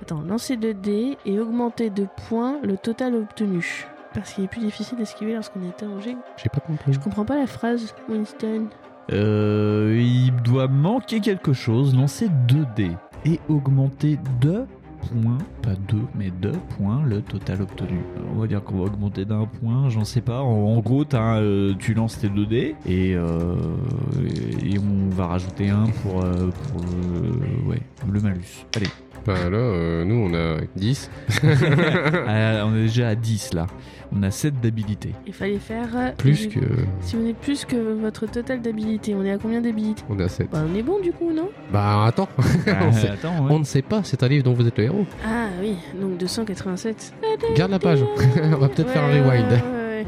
S2: Attends, lancez 2 dés et augmentez de points le total obtenu. Parce qu'il est plus difficile d'esquiver lorsqu'on est allongé.
S3: J'ai pas compris.
S2: Je comprends pas la phrase, Winston.
S5: euh, il doit manquer quelque chose. Lancer 2 dés et augmenter 2 points, pas 2, mais 2 points le total obtenu. Alors, on va dire qu'on va augmenter d'un point, j'en sais pas. En, en gros, t'as, euh, tu lances tes 2 dés et, euh, et, et on va rajouter un pour, euh, pour le, ouais, le malus. Allez.
S3: Bah là, euh, nous on a 10.
S5: Ah, on est déjà à 10 là. On a 7 d'habilité.
S2: Il fallait faire. euh,
S3: Plus
S2: une-
S3: que.
S2: Si on est plus que votre total d'habilité, on est à combien d'habilité
S3: On a 7.
S2: Bah on est bon du coup, non
S3: Bah attends,
S5: Ah,
S3: sait-
S5: attends,
S3: *laughs*
S5: ouais.
S3: on ne sait pas, c'est un livre dont vous êtes le héros.
S2: Ah oui, donc 287.
S3: Garde la
S2: *laughs*
S3: page, *laughs* on va peut-être faire un
S2: Ouais, ouais,
S3: rewind.
S2: ouais, ouais.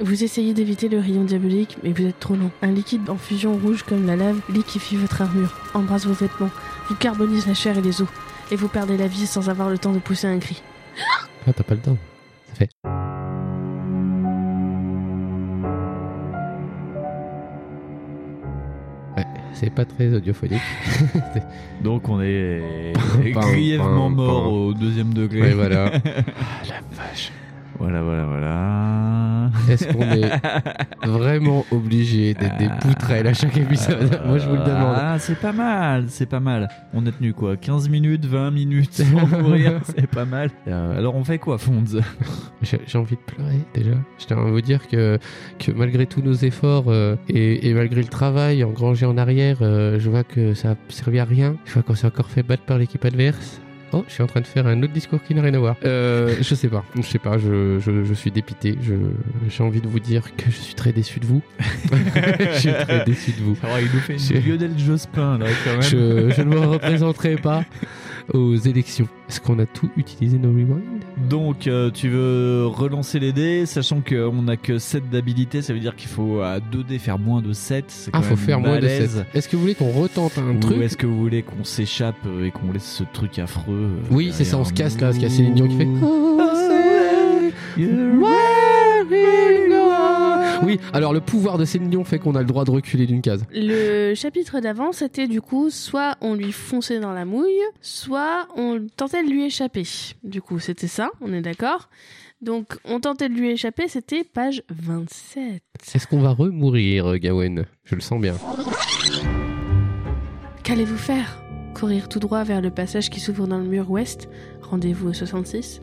S2: Vous essayez d'éviter le rayon diabolique, mais vous êtes trop long. Un liquide en fusion rouge comme la lave liquéfie votre armure, embrasse vos vêtements, vous carbonise la chair et les os, et vous perdez la vie sans avoir le temps de pousser un cri.
S3: Ah, t'as pas le temps. Ça fait. Ouais, c'est pas très audiophonique.
S5: Donc on
S3: *laughs*
S5: est
S3: Pam,
S5: grièvement
S3: pam,
S5: mort
S3: pam.
S5: au deuxième degré.
S3: Ouais, *laughs* voilà. Ah,
S5: Voilà, voilà, voilà.
S3: Est-ce qu'on est vraiment obligé d'être des poutrelles à chaque épisode Moi, je vous le demande.
S5: Ah, c'est pas mal, c'est pas mal. On a tenu quoi 15 minutes, 20 minutes *laughs* sans
S3: *laughs*
S5: mourir, c'est pas mal. Euh, alors on fait quoi, Fonz
S3: J'ai j'ai envie de pleurer déjà. Je tiens à vous dire que, que malgré tous nos efforts euh, et, et malgré le travail engrangé en arrière, euh, je vois que ça a servi à rien. Je vois qu'on s'est encore fait battre par l'équipe adverse. Oh, je suis en train de faire un autre discours qui n'a rien à voir. Euh, je sais pas, je sais pas, je, je- je suis dépité. Je- J'ai envie de vous dire que je suis très déçu de vous. *laughs* je suis très déçu de vous.
S5: Alors, Ah il nous fait
S3: Je-
S5: une Lionel Jospin, là, quand même.
S3: Je, je ne me représenterai pas aux élections. Est-ce qu'on a tout utilisé nos rewind
S5: Donc, euh, tu veux relancer les dés, sachant qu'on n'a que 7 d'habilité, ça veut dire qu'il faut à 2 dés faire moins de 7. C'est quand
S3: Ah, faut
S5: même
S3: faire moins de
S5: balèze.
S3: 7. Est-ce que vous voulez qu'on retente un
S5: Ou
S3: truc
S5: est-ce que vous voulez qu'on s'échappe euh, et qu'on laisse ce truc affreux euh,
S3: Oui, c'est ça, on se
S5: derrière
S3: casse là, parce qu'il y a
S5: nous
S3: Céline Dion qui fait. oh, Oui, alors le pouvoir de Céline Dion fait qu'on a le droit de reculer d'une case.
S2: Le chapitre d'avant, c'était du coup, soit on lui fonçait dans la mouille, soit on tentait de lui échapper. Du coup, c'était ça, on est d'accord Donc, on tentait de lui échapper, c'était page 27.
S3: Est-ce qu'on va remourir, Gawen Je le sens bien.
S2: Qu'allez-vous faire Courir tout droit vers le passage qui s'ouvre dans le mur ouest, rendez-vous au 66,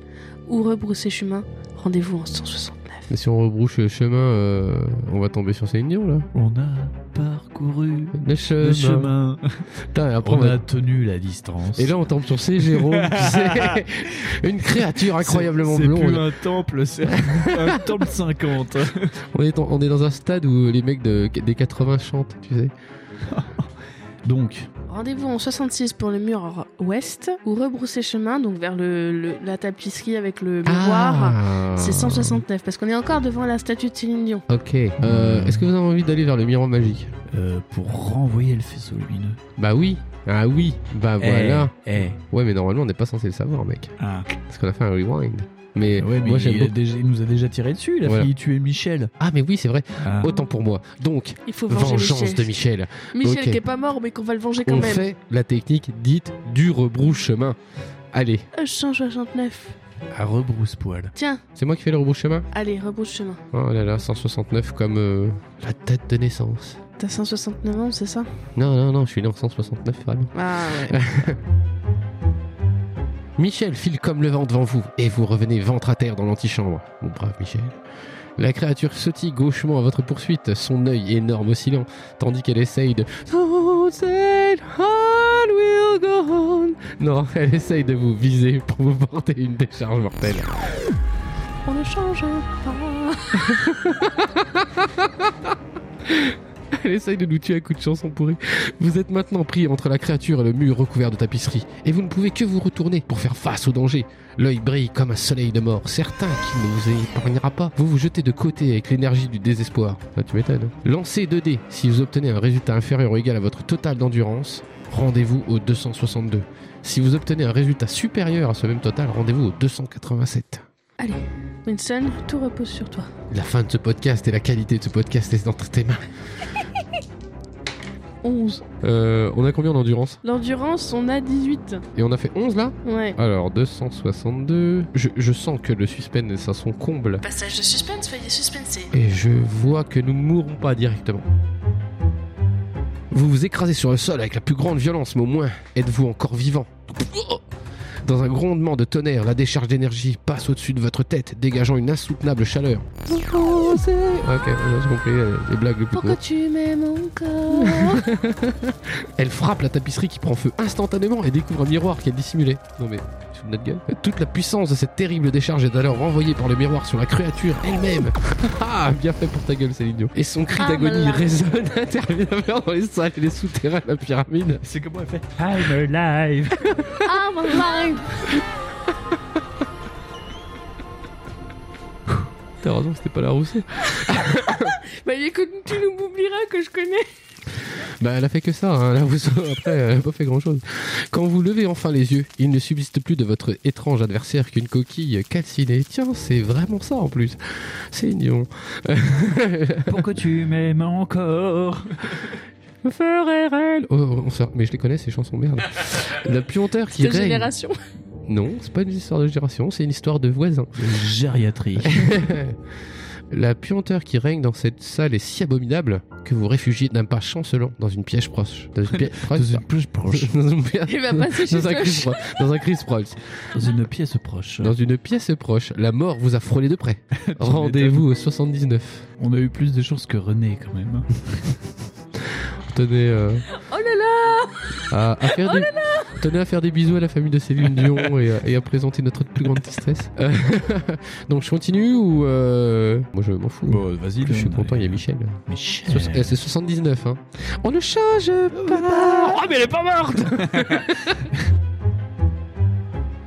S2: ou rebrousser chemin, rendez-vous en 169.
S3: Mais si on rebrouche le chemin, euh, on va tomber sur Céline Dion là.
S5: On a parcouru
S3: Le chemin.
S5: le chemin.
S3: Putain, et après,
S5: On
S3: Euh, bah, on va-
S5: a tenu la distance.
S3: Et là, on tombe sur ces
S5: *laughs*
S3: Jérôme, qui c'est une créature incroyablement
S5: C'est- C'est
S3: blonde.
S5: plus un temple, c'est un temple 50.
S3: On est, en- on est dans un stade où les mecs de- des 80 chantent, tu sais.
S5: Donc,
S2: Rendez-vous en 66 pour le mur ouest, ou rebrousser chemin, donc vers le, le- la tapisserie avec le miroir.
S3: Ah.
S2: C'est 169, parce qu'on est encore devant la statue de Céline Dion.
S3: Ok. Euh, Est-ce que vous avez envie d'aller vers le miroir magique
S5: euh, pour renvoyer le faisceau lumineux.
S3: Bah oui. Ah oui. Bah voilà.
S5: Eh, eh.
S3: Ouais, mais normalement, on n'est pas censé le savoir, mec.
S5: Ah.
S3: Parce qu'on a fait un rewind. Mais
S5: Ouais, mais
S3: moi,
S5: il,
S3: j'aime
S5: a
S3: beaucoup.
S5: déjà- il nous a déjà tiré dessus, il a
S3: Voilà.
S5: failli tuer Michel.
S3: Ah, mais oui, c'est vrai.
S5: Ah.
S3: Autant pour moi. Donc,
S2: Il faut venger
S3: vengeance
S2: Michel.
S3: de Michel.
S2: Michel
S3: Ok.
S2: qui est pas mort, mais qu'on va le venger quand
S3: On
S2: même.
S3: fait la technique dite du rebrouche-chemin. Allez,
S2: Euh, 169.
S5: À rebrousse-poil.
S2: Tiens,
S3: c'est moi qui fais le rebrouche-chemin
S2: allez, rebrousse chemin.
S3: Oh là là, 169 comme euh, la date de naissance.
S2: T'as 169 ans, c'est ça
S3: Non, non, non, je suis né en 169, vraiment.
S2: Ah ouais.
S3: Michel file comme le vent devant vous, et vous revenez ventre à terre dans l'antichambre, mon brave Michel. La créature sautille gauchement à votre poursuite, son œil énorme oscillant, tandis qu'elle essaye de... Don't say all will go on. Non, elle essaye de vous viser pour vous porter une décharge mortelle.
S2: On ne change pas.
S3: Elle essaye de nous tuer à coups de chanson pourrie. Vous êtes maintenant pris entre la créature et le mur recouvert de tapisserie, et vous ne pouvez que vous retourner pour faire face au danger. L'œil brille comme un soleil de mort, certain qu'il ne vous épargnera pas. Vous vous jetez de côté avec l'énergie du désespoir. Ah, tu m'étonnes. Lancez 2 dés si vous obtenez un résultat inférieur ou égal à votre total d'endurance. Rendez-vous au 262. Si vous obtenez un résultat supérieur à ce même total, rendez-vous au 287.
S2: Allez, Winston, tout repose sur toi.
S3: La fin de ce podcast et la qualité de ce podcast est entre tes mains.
S2: 11.
S3: Euh, on a combien d'endurance
S2: L'endurance, on a 18.
S3: Et on a fait 11 là
S2: Ouais.
S3: Alors, 262. Je, je sens que le suspense est à son comble.
S2: Passage de suspense, soyez suspensés.
S3: Et je vois que nous mourrons pas directement. Vous vous écrasez sur le sol avec la plus grande violence, mais au moins êtes-vous encore vivant. Dans un grondement de tonnerre, la décharge d'énergie passe au-dessus de votre tête, dégageant une insoutenable chaleur. Ok, j'ai compris euh, les blagues les plus
S2: Pourquoi
S3: courtes.
S2: tu m'aimes encore
S3: *laughs* Elle frappe la tapisserie qui prend feu instantanément et découvre un miroir qu'elle dissimulait. Non mais, tu te fous de notre gueule Toute la puissance de cette terrible décharge est alors renvoyée par le miroir sur la créature elle-même. ah, bien fait pour ta gueule, c'est l'idiot. Et son *laughs* cri
S2: Ah,
S3: d'agonie
S2: voilà.
S3: résonne interminemment dans les salles et les souterrains de la pyramide.
S5: C'est comment elle fait I'm alive
S2: I'm alive
S3: T'as raison, c'était pas la rousse.
S2: Bah écoute, tu nous oublieras que je connais.
S3: Bah, elle a fait que ça, hein, la Rousseau. *laughs* Après, elle a pas fait grand chose. Quand vous levez enfin les yeux, il ne subsiste plus de votre étrange adversaire qu'une coquille calcinée. Tiens, c'est vraiment ça en plus. C'est mignon.
S5: Pourquoi tu m'aimes encore
S3: Me ferait rêver. Oh, on sort- mais je les connais, ces chansons
S2: *laughs*
S3: merde. La puanteur qui
S2: De
S3: règne. *laughs*
S2: génération.
S3: Non, c'est pas une histoire de génération, c'est une histoire de voisin.
S5: Gériatrie.
S3: *laughs* La puanteur qui règne dans cette salle est si abominable que vous réfugiez d'un pas chancelant dans une pièce proche. Dans une pièce proche.
S5: Dans une pièce proche.
S3: Dans une pièce-
S2: Il va passer chez
S3: *laughs* dans un
S2: toi.
S3: Chris Pro- *laughs* dans un Chris Proche.
S5: Dans une pièce proche.
S3: Dans une pièce proche, la mort vous a frôlé de près. Rendez-vous au 79.
S5: On a eu plus de chances que René quand même.
S3: Tenez euh,
S2: Oh là là
S3: à, à faire
S2: Oh
S3: du, Tenez à faire des bisous à la famille de Céline Dion et, à- et à présenter notre plus grande tristesse. *laughs* Euh, Donc je continue ou euh, moi je m'en fous.
S5: Bon, vas-y.
S3: je suis
S5: donne,
S3: content, il y
S5: allez.
S3: a Michel.
S5: Michel.
S3: Soix- eh, C'est 79. Hein. On ne change pas. Oh mais elle est pas morte.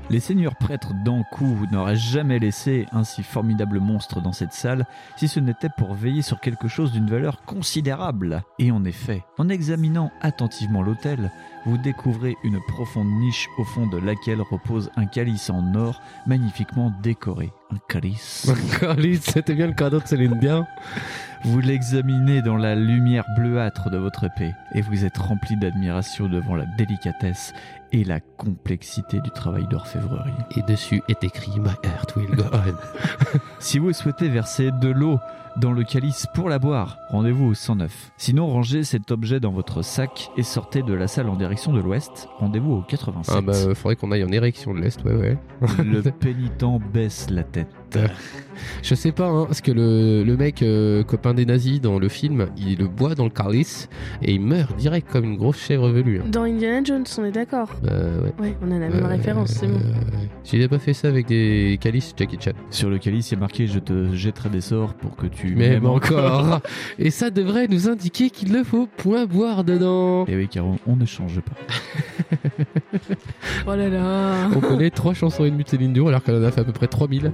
S5: Les seigneurs prêtres d'Ankou n'auraient jamais laissé un si formidable monstre dans cette salle si ce n'était pour veiller sur quelque chose d'une valeur considérable. Et en effet, en examinant attentivement l'autel, vous découvrez une profonde niche au fond de laquelle repose un calice en or magnifiquement décoré. Un calice.
S3: *laughs* Carlis, c'était bien le cadeau de Céline Dion.
S5: Vous l'examinez dans la lumière bleuâtre de votre épée et vous êtes rempli d'admiration devant la délicatesse et la complexité du travail d'orfèvrerie.
S3: Et dessus est écrit My heart will go on.
S5: Si vous souhaitez verser de l'eau dans le calice pour la boire, rendez-vous au 109. Sinon, rangez cet objet dans votre sac et sortez de la salle en direction de l'ouest, rendez-vous au 87.
S3: Ah bah euh, faudrait qu'on aille en érection de l'est, ouais *laughs* ouais.
S5: Le pénitent baisse la tête.
S3: Je sais pas, hein, parce que le, le mec euh, copain des nazis dans le film, il le boit dans le carlis et il meurt direct comme une grosse chèvre velue. hein.
S2: Dans Indiana Jones, on est d'accord.
S3: Euh, ouais.
S2: Ouais, on a la même
S3: Euh,
S2: référence, c'est bon.
S3: euh, S'il n'a pas fait ça avec des calices, Jackie Chan.
S5: Sur le calice, il y a marqué Je te jetterai des sorts pour que tu
S3: Même
S5: m'aimes
S3: encore *laughs* Et ça devrait nous indiquer qu'il ne faut point boire dedans
S5: Eh oui, car on- on ne change pas.
S2: Oh là là.
S3: On connaît trois chansons et demie de Céline Dion alors qu'elle en a fait à peu près 3000.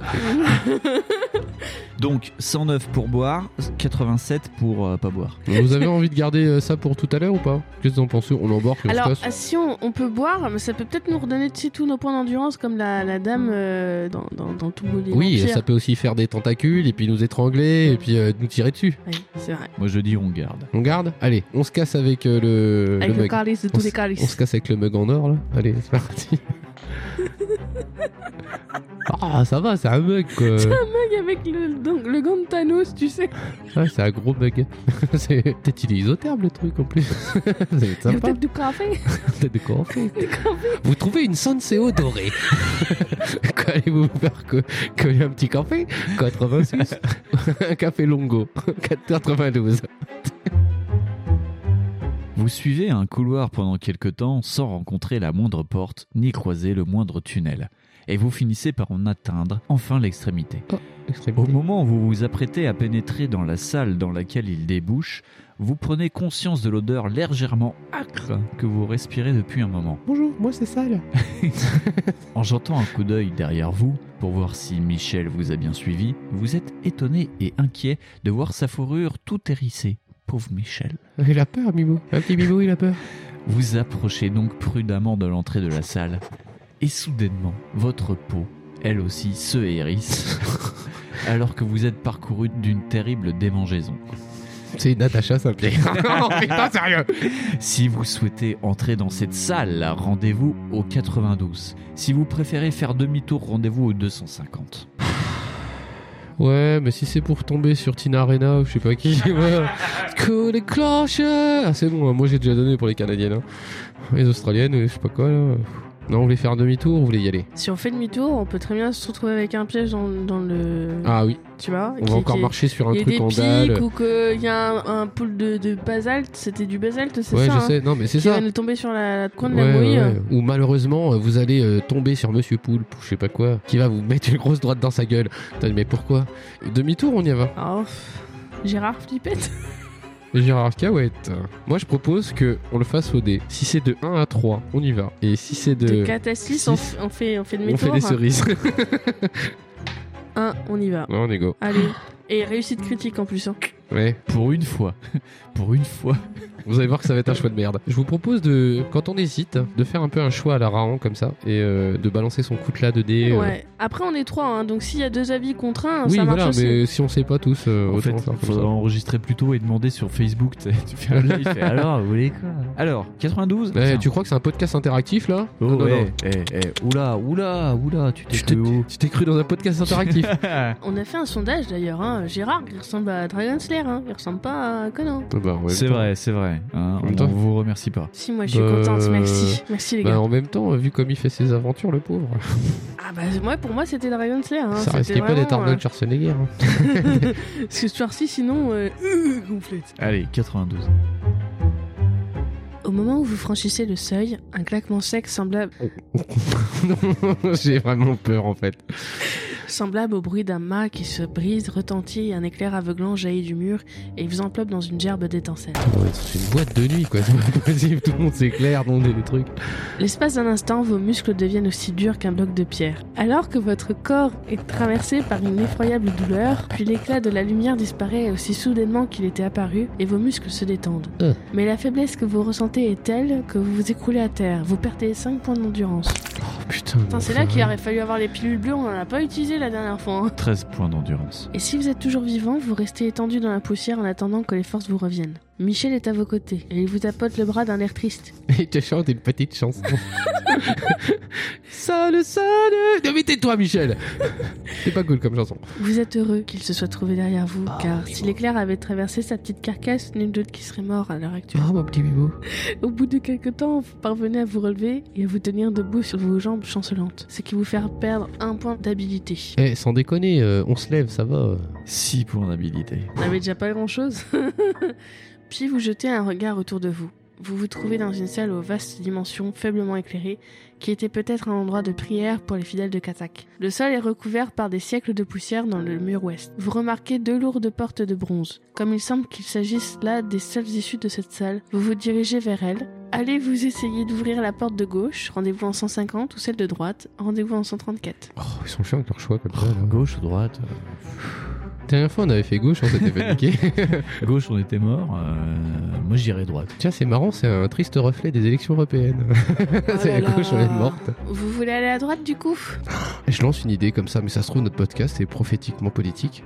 S5: Donc 109 pour boire, 87 pour euh, pas boire.
S3: Vous avez envie de garder euh, ça pour tout à l'heure ou pas Qu'est-ce que vous en pensez On l'embarque et on se
S2: Alors,
S3: casse
S2: ah, si on, on peut boire, mais ça peut peut-être nous redonner tu sais, tous nos points d'endurance, comme la, la dame euh, dans, dans, dans tout les
S3: Oui,
S2: Vampires.
S3: ça peut aussi faire des tentacules et puis nous étrangler et puis euh, nous tirer dessus.
S2: Ouais, c'est vrai.
S5: Moi je dis on garde.
S3: On garde Allez, on se casse avec euh, le,
S2: Avec le,
S3: mug.
S2: calice de
S3: on,
S2: tous les
S3: s- on se
S2: calices.
S3: casse avec le mug en or là. Allez, c'est
S2: *laughs*
S3: parti. Ah, ça va, c'est un mug quoi.
S2: C'est un mug *laughs* avec le, donc, le gant de Thanos, tu sais.
S3: Ouais, c'est un gros mug. *laughs* c'est peut-être il est isotherme le truc en plus. *laughs* ça va être
S2: Il y a
S3: sympa.
S2: peut-être du café. *laughs*
S3: Peut-être de quoi en fait. Vous trouvez une Sanseo *laughs* dorée. Quand allez-vous vous faire que, coller un petit café 86. un café longo. 92.
S5: Vous suivez un couloir pendant quelque temps sans rencontrer la moindre porte ni croiser le moindre tunnel. Et vous finissez par en atteindre enfin l'extrémité. Au moment où vous vous apprêtez à pénétrer dans la salle dans laquelle il débouche, vous prenez conscience de l'odeur légèrement âcre que vous respirez depuis un moment.
S3: Bonjour, moi c'est Sal.
S5: En jetant un coup d'œil derrière vous, pour voir si Michel vous a bien suivi, vous êtes étonné et inquiet de voir sa fourrure tout hérissée. Pauvre Michel.
S3: Il a peur, Mimou. Un petit Mimou, il a peur.
S5: Vous approchez donc prudemment de l'entrée de la salle, et soudainement, votre peau, elle aussi, se hérisse, *laughs* alors que vous êtes parcouru d'une terrible démangeaison.
S3: C'est Natacha Saint-Pierre. *laughs* non, putain, sérieux.
S5: Si vous souhaitez entrer dans cette salle, rendez-vous au 92. Si vous préférez faire demi-tour, rendez-vous au 250.
S3: Ouais, mais si c'est pour tomber sur Tina Arena ou je sais pas qui. *laughs* ouais. Que les cloches Ah, c'est bon, hein, moi j'ai déjà donné pour les Canadiennes. hein. Les Australiennes, je sais pas quoi là. Non, vous voulez faire demi-tour ou vous voulez y aller
S2: Si on fait demi-tour, on peut très bien se retrouver avec un piège dans, dans le.
S3: Ah oui,
S2: tu vois
S3: on
S2: qui-
S3: va encore
S2: qui-
S3: marcher sur un
S2: Il y a
S3: truc
S2: des
S3: en
S2: pics
S3: dalle.
S2: ou qu'il y a un, un pool de, de basalte, c'était du basalte, c'est
S3: Ouais,
S2: ça
S3: je
S2: hein,
S3: sais, non mais c'est
S2: Qui
S3: ça.
S2: va nous tomber sur la, la coin de
S3: Ouais,
S2: la mouille.
S3: ouais, ouais. Ou malheureusement, euh, vous allez euh, tomber sur Monsieur Poulpe ou je sais pas quoi, qui va vous mettre une grosse droite dans sa gueule. Putain, mais pourquoi Demi-tour, on y va.
S2: Oh, pff, Gérard Flippette
S3: Gérard Cahouette. Moi, je propose que on le fasse au dé. Si c'est de 1 à 3, on y va. Et si *laughs* c'est de...
S2: De 4 à 6, on,
S3: six.
S2: f- on fait, on fait
S3: on fait
S2: demi-tour.
S3: des cerises. *laughs* ouais,
S2: 1, on y va.
S3: on est go. *gasps*
S2: Allez. Et réussite critique en plus. hein.
S3: Ouais.
S5: Pour une fois, *laughs* pour une fois,
S3: Vous allez voir que ça va être un choix de merde. Je vous propose de, quand on hésite, de faire un peu un choix à la Raon comme ça et euh, de balancer son coutelas de dé. euh.
S2: Ouais. Après, on est 3, hein, donc s'il y a deux avis contre un,
S3: Oui,
S2: ça marche
S3: voilà,
S2: aussi.
S3: mais si on sait pas tous, euh,
S5: en
S3: autant
S5: fait,
S3: faire comme
S5: faudra
S3: ça.
S5: enregistrer plus tôt et demander sur Facebook. Tu, sais, tu fais un live, *laughs* tu fais, alors, vous voulez quoi Alors, 92
S3: Eh,
S5: Tiens.
S3: tu crois que c'est un podcast interactif là
S5: Oh,
S3: Non, non,
S5: eh,
S3: non.
S5: eh, eh, oula, oula, oula, tu t'es
S3: Tu t'es,
S5: cru haut.
S3: tu t'es cru dans un podcast *laughs* interactif.
S2: On a fait un sondage d'ailleurs. hein. Gérard, il ressemble à Dragon Slayer. Hein. Il ressemble pas à Conan.
S3: Bah, en même
S5: C'est
S3: temps-
S5: vrai, c'est vrai. hein,
S3: En même temps-
S5: on vous remercie pas.
S2: Si, moi je suis
S3: Euh,
S2: contente. Merci. Merci les
S3: Bah,
S2: gars.
S3: en même temps, vu comme il fait ses aventures, le pauvre,
S2: Ah bah, moi, pour moi, c'était Dragon Slayer. Hein.
S3: ça
S2: C'était
S3: risquait pas d'être
S2: vraiment,
S3: Arnold Schwarzenegger. hein. *laughs*
S2: *laughs* euh, Parce que ce soir-ci, sinon. euh, euh, gonflette.
S5: Allez, 92.
S2: Au Au moment où vous franchissez le seuil, un claquement sec semblable,
S3: Non, J'ai vraiment peur en fait.
S2: semblable au bruit d'un mât qui se brise retentit et un éclair aveuglant jaillit du mur et vous enveloppe dans une gerbe d'étincelles.
S3: C'est une boîte de nuit quoi, c'est pas possible, tout le monde s'éclaire, dans des trucs.
S2: L'espace d'un instant, vos muscles deviennent aussi durs qu'un bloc de pierre. Alors que votre corps est traversé par une effroyable douleur, puis l'éclat de la lumière disparaît aussi soudainement qu'il était apparu, et vos muscles se détendent.
S3: Euh.
S2: Mais la faiblesse que vous ressentez est telle que vous vous écroulez à terre, vous perdez 5 points d'endurance.
S3: Oh putain.
S2: Putain,
S3: non,
S2: c'est là
S3: enfin,
S2: qu'il aurait fallu avoir les pilules bleues, on en a pas utilisé la dernière fois. hein.
S5: 13 points d'endurance.
S2: Et si vous êtes toujours vivant, vous restez étendu dans la poussière en attendant que les forces vous reviennent. Michel est à vos côtés, et il vous tapote le bras d'un air triste.
S3: Et tu chantes une petite chanson. Salut, salut Non mais tais-toi Michel *laughs* C'est pas cool comme chanson.
S2: Vous êtes heureux qu'il se soit trouvé derrière vous, car si l'éclair avait traversé sa petite carcasse, nul doute qu'il serait mort à l'heure actuelle.
S3: Oh mon petit bibou.
S2: Au bout de quelques temps, vous parvenez à vous relever et à vous tenir debout sur vos jambes chancelantes, ce qui vous fait perdre un point d'habilité.
S3: Eh, sans déconner, euh, on se lève, ça va.
S5: 6 points d'habilité.
S2: Vous n'avez déjà pas grand-chose *laughs* Puis vous jetez un regard autour de vous. Vous vous trouvez dans une salle aux vastes dimensions faiblement éclairée, qui était peut-être un endroit de prière pour les fidèles de Katak. Le sol est recouvert par des siècles de poussière dans le mur ouest. Vous remarquez deux lourdes portes de bronze. Comme il semble qu'il s'agisse là des seules issues de cette salle, vous vous dirigez vers elle. Allez vous essayer d'ouvrir la porte de gauche, rendez-vous en 150, ou celle de droite, rendez-vous en 134.
S3: Oh, ils sont chiants avec leur choix comme ça. là.
S5: Gauche ou droite
S3: euh. Dernière fois, on avait fait gauche, on s'était *laughs* paniqué.
S5: Gauche, on était mort. euh, moi, je dirais droite.
S3: Tiens, c'est marrant, c'est un triste reflet des élections européennes.
S2: Oh
S3: *laughs* c'est la gauche, on est morte.
S2: Vous voulez aller à droite du coup
S3: Je lance une idée comme ça, mais ça se trouve, notre podcast est prophétiquement politique.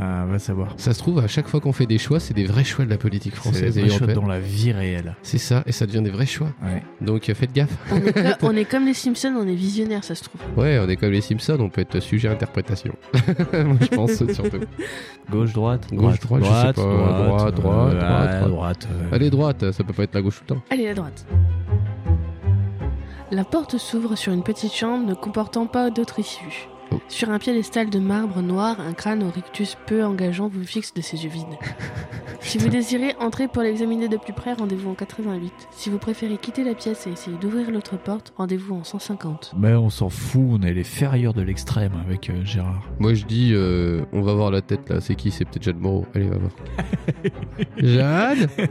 S5: Bah, va savoir.
S3: Ça se trouve, à chaque fois qu'on fait des choix, c'est des vrais choix de la politique française et
S5: C'est
S3: européenne.
S5: dans la vie réelle.
S3: C'est ça, et ça devient des vrais choix.
S5: Ouais.
S3: Donc euh, faites gaffe.
S2: on est, co- on est comme les Simpsons, on est visionnaires, ça se trouve.
S3: Ouais, on est comme les Simpsons, on peut être sujet à interprétation. *laughs* Moi, je pense surtout.
S5: Gauche, droite
S3: Gauche, droite, je sais pas. Droite, droite, droite,
S5: euh, droite. euh,
S3: Allez, droite, ça peut pas être la gauche tout le temps.
S2: Allez, à droite. La porte s'ouvre sur une petite chambre ne comportant pas d'autre issue.
S3: Oh.
S2: Sur un piédestal de marbre noir, un crâne au rictus peu engageant vous fixe de ses yeux
S3: *laughs*
S2: vides. si vous désirez entrer pour l'examiner de plus près, rendez-vous en 88. Si vous préférez quitter la pièce et essayer d'ouvrir l'autre porte, rendez-vous en 150.
S5: Mais Ben, on s'en fout, on est les ferrieurs de l'extrême avec euh, Gérard.
S3: Moi, je dis, euh, on va voir la tête là. C'est qui C'est peut-être Jeanne Moreau. Allez, va
S5: *laughs*
S3: voir. Jeanne
S5: *laughs*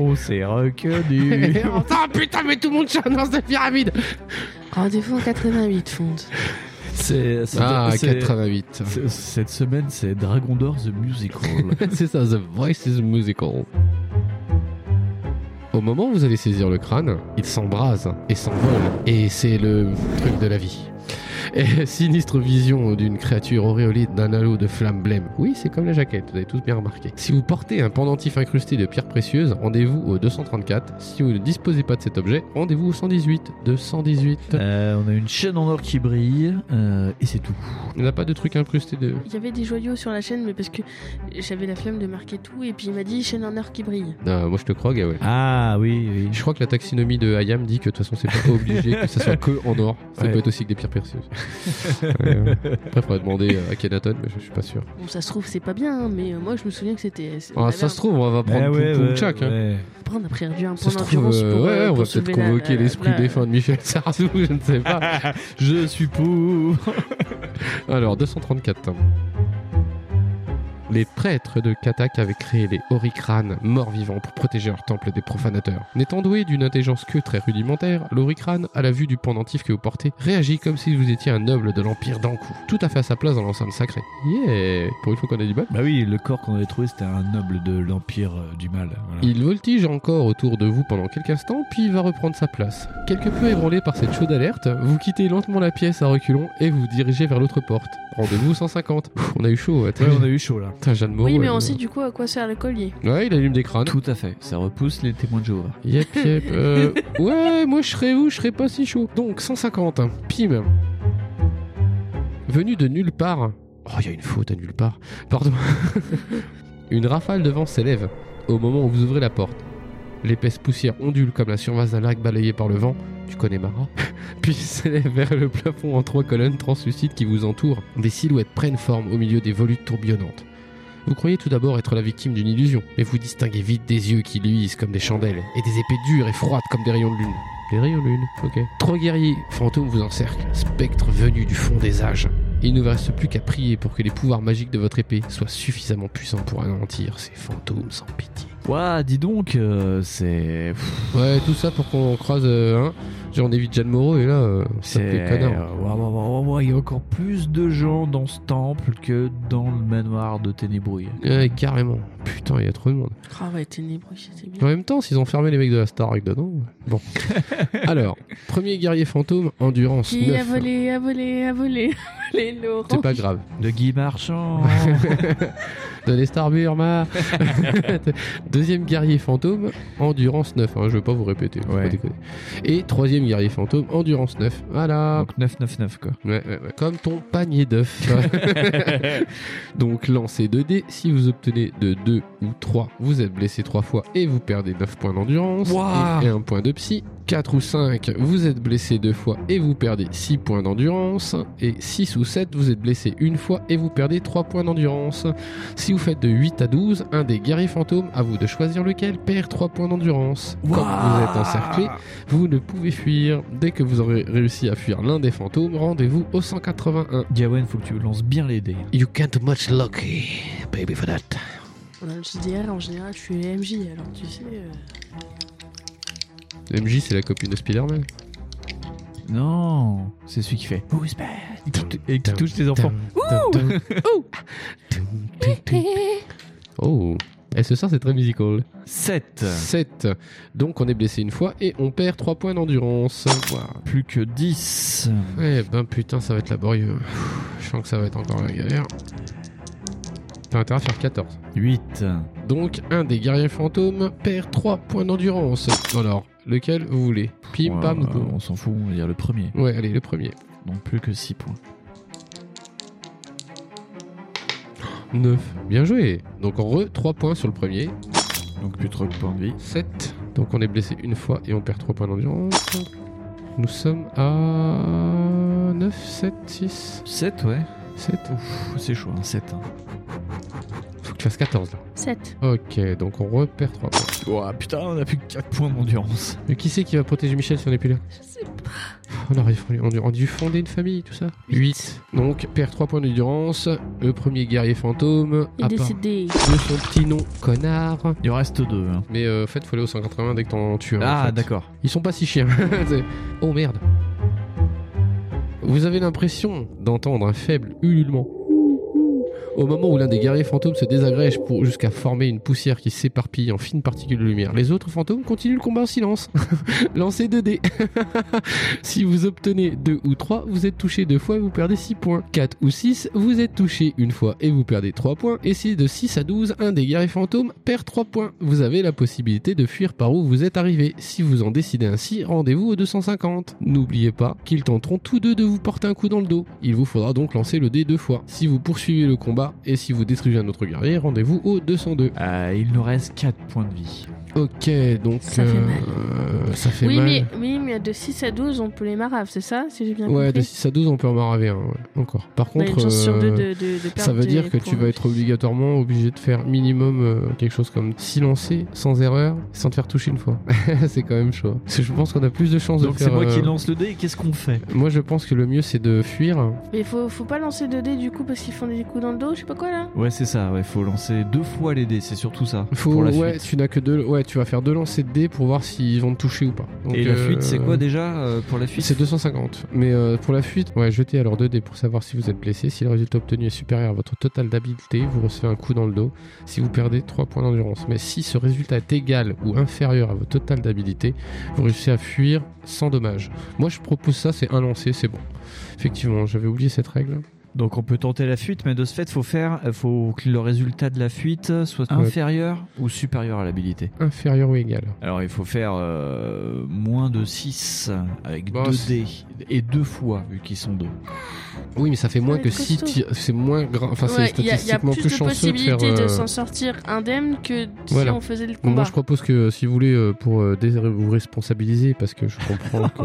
S5: Oh, c'est reconnu
S3: *laughs* Attends, Oh putain, mais tout le monde chante dans cette pyramide
S2: Rendez-vous en 88, Fonde.
S5: *laughs* C'est. c'est-
S3: Ah,
S5: c'est-
S3: 88.
S5: c'est- Cette semaine, c'est Dragon d'Or The
S3: *laughs*
S5: Musical.
S3: C'est ça, The Voice is Musical. Au moment où vous allez saisir le crâne, il s'embrase et s'envole. Et c'est le truc de la vie. Et *laughs* sinistre vision d'une créature auréolée d'un halo de flamme blême. Oui, c'est comme la jaquette, vous avez tous bien remarqué. Si vous portez un pendentif incrusté de pierres précieuses, rendez-vous au 234. Si vous ne disposez pas de cet objet, rendez-vous au 118. 218.
S5: Euh, on a une chaîne en or qui brille, euh, et c'est tout.
S3: On n'a pas de truc incrusté de...
S2: Il y avait des joyaux sur la chaîne, mais parce que j'avais la flemme de marquer tout, et puis il m'a dit chaîne en or qui brille.
S3: Non, moi je te crois, Gaël.
S5: Ah oui, oui.
S3: Je crois que la taxinomie de Hayam dit que de toute façon c'est
S5: *laughs*
S3: pas obligé que ça soit que en or. Ça
S5: Ouais.
S3: peut être aussi que des pierres précieuses. Ouais, ouais. Après, faudrait demander à Kenaton, mais je, je suis pas sûr.
S2: Bon, ça se trouve, c'est pas bien, hein, mais euh, moi je me souviens que c'était. on
S3: Ah,
S2: avait
S3: ça
S2: un-
S3: se trouve, on va prendre
S5: Eh
S3: Poum
S5: ouais,
S3: Poum
S5: ouais,
S3: Tchak, hein.
S5: ouais.
S2: Après, on a perdu un
S3: Ça
S2: point
S3: se trouve,
S2: d'endurance
S3: euh,
S2: pour,
S3: ouais,
S2: euh,
S3: on
S2: pour
S3: va
S2: soulever
S3: peut-être
S2: la-
S3: convoquer
S2: la-
S3: l'esprit
S2: la-
S3: défunt de Michel Sarrazou, je ne sais pas.
S2: *laughs*
S5: Je suis pour.
S3: Alors, 234. Les prêtres de Katak avaient créé les oricranes, morts vivants, pour protéger leur temple des profanateurs. N'étant doué d'une intelligence que très rudimentaire, l'oricrane, à la vue du pendentif que vous portez, réagit comme si vous étiez un noble de l'Empire d'Ankou, tout à fait à sa place dans l'enceinte sacrée. Yeah Pour une fois qu'on a du bol.
S5: Bah oui, le corps qu'on avait trouvé, c'était un noble de l'Empire euh, du Mal. voilà.
S3: Il voltige encore autour de vous pendant quelques instants, puis va reprendre sa place. Quelque peu ébranlé par cette chaude alerte, vous quittez lentement la pièce à reculons et vous vous dirigez vers l'autre porte. Rendez-vous au 150. Pff, on a eu chaud, ouais.
S5: Ouais, on a eu chaud là.
S3: Putain, Jeanne Moreau,
S2: Oui, mais
S3: elle- euh,
S2: on sait du coup à quoi sert le collier.
S3: Ouais, il allume des crânes.
S5: Tout à fait, ça repousse les témoins de Jéhovah.
S3: Yep, yep. euh, Ouais, moi je serais vous, je serais pas si chaud. Donc 150, hein. pim. Venu de nulle part. Oh, il y a une faute à nulle part. Pardon. *laughs* une rafale de vent s'élève au moment où vous ouvrez la porte. L'épaisse poussière ondule comme la surface d'un lac balayé par le vent. Tu connais Mara *laughs* Puis s'élève vers le plafond en trois colonnes translucides qui vous entourent. Des silhouettes prennent forme au milieu des volutes tourbillonnantes. Vous croyez tout d'abord être la victime d'une illusion, mais vous distinguez vite des yeux qui luisent comme des chandelles, et des épées dures et froides comme des rayons de lune. Des rayons de lune, ok. Trois guerriers fantômes vous encerclent, spectres venus du fond des âges. Il ne vous reste plus qu'à prier pour que les pouvoirs magiques de votre épée soient suffisamment puissants pour anéantir ces fantômes sans pitié.
S5: Ouah, dis donc, euh, c'est. pff,
S3: Ouais, tout ça pour qu'on croise, euh, hein, genre on évite Jeanne Moreau, et là, euh, ça fait
S5: C'est.
S3: connard.
S5: euh, ouah, ouah, ouah, ouah, ouah, Il y a encore plus de gens dans ce temple que dans le manoir de Ténébrouille.
S3: Ouais, carrément. Putain, il y a trop de monde.
S2: Ah ouais, ténébreux, c'était bien.
S3: En même temps, s'ils ont fermé les mecs de la Starac dedans. Bon. Alors, premier guerrier fantôme, endurance
S2: Qui a
S3: 9.
S2: volé, a volé, a volé, *laughs* a volé Laurent
S3: C'est pas grave.
S5: De Guy
S3: *laughs*
S5: Marchand
S3: De l'Estar Burma. Deuxième guerrier fantôme, endurance 9. hein, je vais pas vous répéter. faut
S5: Ouais.
S3: pas déconner. Et troisième guerrier fantôme, endurance 9. Voilà.
S5: Donc 999 quoi.
S3: Ouais, ouais, ouais. Comme ton panier d'œufs. Donc lancez 2 dés. Si vous obtenez de 2 ou 3, vous êtes blessé 3 fois et vous perdez 9 points d'endurance
S5: Ouah.
S3: et 1 point de psy. 4 ou 5, vous êtes blessé 2 fois et vous perdez 6 points d'endurance. Et 6 ou 7, vous êtes blessé une fois et vous perdez 3 points d'endurance. Si vous faites de 8 à 12, un des guerriers fantômes, à vous de choisir lequel, perd 3 points d'endurance. Quand vous êtes encerclé, vous ne pouvez fuir. Dès que vous aurez réussi à fuir l'un des fantômes, rendez-vous au 181.
S5: Gawain, faut que tu lances bien les dés.
S3: You can't much lucky, baby, for that.
S2: On a le JDR, en général, Bah, je suis les MJ, alors tu sais. euh,
S3: Ah, MJ, c'est la copine de Spider-Man.
S5: Non, c'est celui qui fait. Who's bad Et qui touche tes enfants.
S3: Oh Et ce soir, c'est très musical.
S5: 7
S3: 7. Donc, on est blessé une fois et on perd 3 points d'endurance. Waouh.
S5: Plus que 10.
S3: Eh ben, putain, ça va être laborieux. Je sens que ça va être encore la galère. T'as intérêt à faire 14.
S5: 8.
S3: Donc, un des guerriers fantômes perd 3 points d'endurance. Alors, lequel vous voulez Pim, pam, boum.
S5: euh, on s'en fout, on va dire le premier.
S3: Ouais, allez, le premier.
S5: Donc plus que 6 points.
S3: 9. Bien joué. Donc, on re 3 points sur le premier.
S5: Donc plus trop de points de vie.
S3: 7. Donc, on est blessé une fois et on perd 3 points d'endurance. Nous sommes à 9, 7, 6,
S5: 7 ouais.
S3: 7.
S5: Pff, C'est chaud, hein, 7.
S3: Faut que tu fasses 14 là.
S2: 7.
S3: Ok, donc on repère 3 points.
S5: Ouah, Oh, ah, putain, on a plus que 4 points d'endurance.
S3: Mais qui c'est qui va protéger Michel si on n'est plus là Oh
S2: Je sais pas.
S3: on, aurait fallu- on aurait dû fonder une famille, tout ça. 8. Donc, perd 3 points d'endurance. Le premier guerrier fantôme.
S2: Il est
S3: à part-
S2: décédé.
S3: de son petit nom, connard.
S5: Il en reste hein, 2.
S3: Mais euh, en fait, faut aller au 181 dès que t'en tues un. en
S5: Ah
S3: fait.
S5: d'accord.
S3: Ils sont pas si chiens. *laughs* C'est- oh merde. Vous avez l'impression d'entendre un faible ululement. Au moment où l'un des guerriers fantômes se désagrège pour jusqu'à former une poussière qui s'éparpille en fines particules de lumière, les autres fantômes continuent le combat en silence. *laughs* Lancez 2 dés. si vous obtenez 2 ou 3, vous êtes touché deux fois et vous perdez 6 points. 4 ou 6, vous êtes touché une fois et vous perdez 3 points. Et si de 6 à 12, un des guerriers fantômes perd 3 points, vous avez la possibilité de fuir par où vous êtes arrivé. Si vous en décidez ainsi, rendez-vous au 250. N'oubliez pas qu'ils tenteront tous deux de vous porter un coup dans le dos. Il vous faudra donc lancer le dé deux fois. Si vous poursuivez le combat et si vous détruisez un autre guerrier, rendez-vous au 202.
S5: Euh, il nous reste 4 points de vie.
S3: Ok, donc
S2: Ça fait mal.
S3: euh, ça fait
S2: Oui
S3: mal.
S2: mais, oui, mais de 6 à 12, on peut les maraves, c'est ça Si j'ai bien
S3: Ouais, de
S2: compris.
S3: 6 à 12, on peut en maraver un, ouais. encore. Par
S2: On a
S3: contre,
S2: une chance sur deux
S3: euh,
S2: de, de, de perdre
S3: Ça veut
S2: des
S3: dire que tu
S2: points.
S3: vas être obligatoirement obligé de faire minimum euh, quelque chose comme silencé, sans erreur, sans te faire toucher une fois. *laughs* c'est quand même chaud. hein. Parce que je pense qu'on a plus de chances de
S5: Donc
S3: faire.
S5: c'est moi qui
S3: euh,
S5: lance le dé, qu'est-ce qu'on fait
S3: Moi je pense que le mieux c'est de fuir.
S2: Mais faut, faut pas lancer 2 dés du coup parce qu'ils font des coups dans le dos, je sais pas quoi là.
S5: Ouais c'est ça, ouais, faut lancer deux fois les dés, c'est surtout ça.
S3: Faut,
S5: pour la
S3: ouais,
S5: fuite.
S3: tu n'as que deux. Ouais, tu vas faire deux lancers de dés pour voir s'ils vont te toucher ou pas. Donc,
S5: Et la
S3: euh,
S5: fuite c'est quoi déjà euh, pour la fuite
S3: c'est 250. Mais euh, pour la fuite, ouais, jetez alors 2 dés pour savoir si vous êtes blessé. Si le résultat obtenu est supérieur à votre total d'habileté, vous recevez un coup dans le dos. Si vous perdez 3 points d'endurance. Mais si ce résultat est égal ou inférieur à votre total d'habileté, vous réussissez à fuir sans dommage. Moi, je propose ça, c'est un lancé, c'est bon. Effectivement, j'avais oublié cette règle.
S5: Donc on peut tenter la fuite, mais de ce fait, faut faire, euh, faut que le résultat de la fuite soit
S3: Ah Ouais.
S5: inférieur ou supérieur à l'habilité.
S3: Inférieur ou égal.
S5: Alors il faut faire euh, moins de 6 avec
S3: Bah,
S5: 2
S3: c'est-
S5: dés et deux fois vu qu'ils sont deux.
S3: Oui, mais ça fait moins
S2: Ouais,
S3: que
S2: c'est
S3: 6
S2: costaud.
S3: tirs. C'est moins grand. Enfin, Ah, c'est
S2: Ouais, il y, a- il y a
S3: statistiquement
S2: plus
S3: plus,
S2: de
S3: chanceux de faire.
S2: possibilités de
S3: euh,
S2: s'en sortir indemne que si
S3: Voilà.
S2: on faisait le
S3: Bon,
S2: combat.
S3: moi, je propose que si vous voulez, euh, pour euh, dés- vous responsabiliser, parce que je *laughs* comprends que,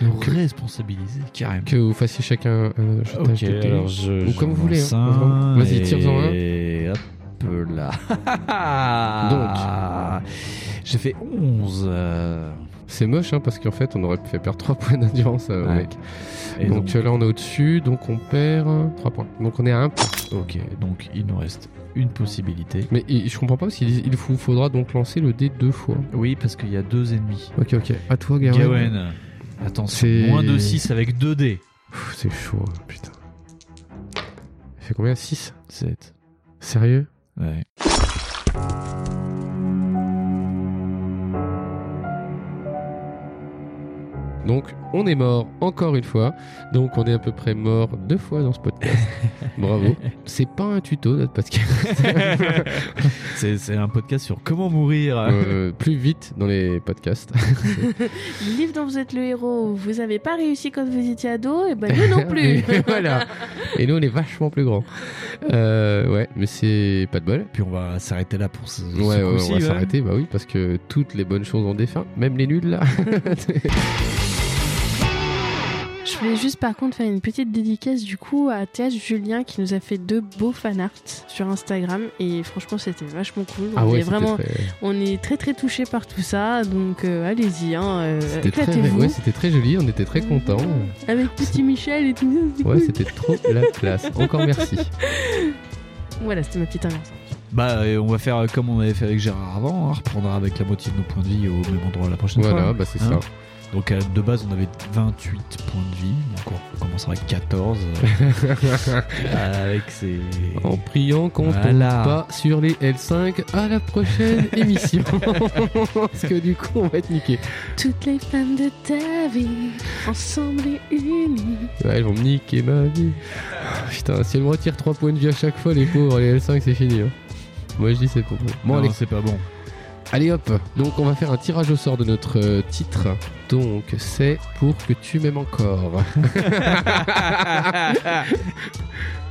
S5: Nous responsabiliser carrément.
S3: que vous fassiez euh, chacun un achetage de dés.
S5: je,
S3: Ou comme vous voulez, hein. Vas-y, tire-en un.
S5: Et hop,
S6: *laughs* là. Donc, j'ai fait 11. euh,
S3: C'est moche, hein, parce qu'en fait, on aurait fait perdre 3 *laughs* points d'endurance. euh, au
S6: ouais.
S3: mec.
S6: Et
S3: donc, euh,
S6: donc,
S3: là, on est au-dessus, donc on perd 3 points. Donc on est à 1 point.
S6: ok, donc il nous reste une possibilité.
S3: Mais il- je comprends pas parce qu'ils disent il vous faudra donc lancer le dé deux fois.
S6: Oui, parce qu'il y a deux ennemis.
S3: Ok, ok. À toi, Garen.
S6: Gawen, attention,
S3: C'est-
S6: moins de 6 avec 2 dés.
S3: Pff, C'est chaud, hein, putain. Il fait combien 6
S6: 7.
S3: Sérieux
S6: Ouais.
S3: Donc, on est mort encore une fois. Donc, on est à peu près mort deux fois dans ce *laughs* podcast. Bravo. C'est pas un tuto, notre podcast. *laughs*
S6: c'est, c'est un podcast sur comment mourir.
S3: Euh, plus vite dans les podcasts.
S2: Le livre dont vous êtes le héros, vous n'avez pas réussi quand vous étiez ado, et ben nous
S3: *laughs*
S2: non plus. *laughs*
S3: Et voilà. Et nous, on est vachement plus grands. Euh, ouais, mais c'est pas de bol.
S6: Puis on va s'arrêter là pour ce, ce
S3: Ouais, ouais, on va
S6: coup-ci, ouais.
S3: s'arrêter, bah oui, parce que toutes les bonnes choses ont des fins, même les nuls là.
S2: Je voulais juste par contre faire une petite dédicace du coup à Théas Julien qui nous a fait deux beaux fanarts sur Instagram et franchement c'était vachement cool. On est
S3: Ah c'était
S2: vraiment, euh,
S3: très-
S2: on est très très touché par tout ça donc euh, allez-y, hein, euh,
S3: C'était très,
S2: éclatez-vous
S3: ouais, c'était très joli, on était très contents.
S2: avec petit Michel et tout ça. c'est
S3: Ouais,
S2: cool.
S3: c'était trop la classe. Encore *laughs* merci.
S2: Voilà, c'était ma petite inversion.
S6: Bah, euh, on va faire comme on avait fait avec Gérard avant, on reprendra avec la moitié de nos points de vie au même endroit la prochaine
S3: Voilà,
S6: fois.
S3: bah c'est
S6: Hein
S3: ça.
S6: Donc euh, de base, on avait 28 points de vie, donc on commencera avec 14
S3: *laughs*
S6: euh, avec ces.
S3: En priant qu'on
S6: Voilà.
S3: tombe pas sur les L5 à la
S6: *laughs*
S3: prochaine émission. Parce que du coup, on va être niqué.
S2: Toutes les femmes de ta vie, ensemble et unies.
S3: Ouais, ils vont me niquer ma vie. Ah, Putain, si elles me retirent 3 points de vie à chaque fois, les pauvres, les L5, c'est fini. hein. Moi, je dis c'est pour Bon,
S6: Non,
S3: allez,
S6: c'est pas bon.
S3: Allez hop, donc on va faire un tirage au sort de notre euh, titre. Donc c'est pour que tu m'aimes encore.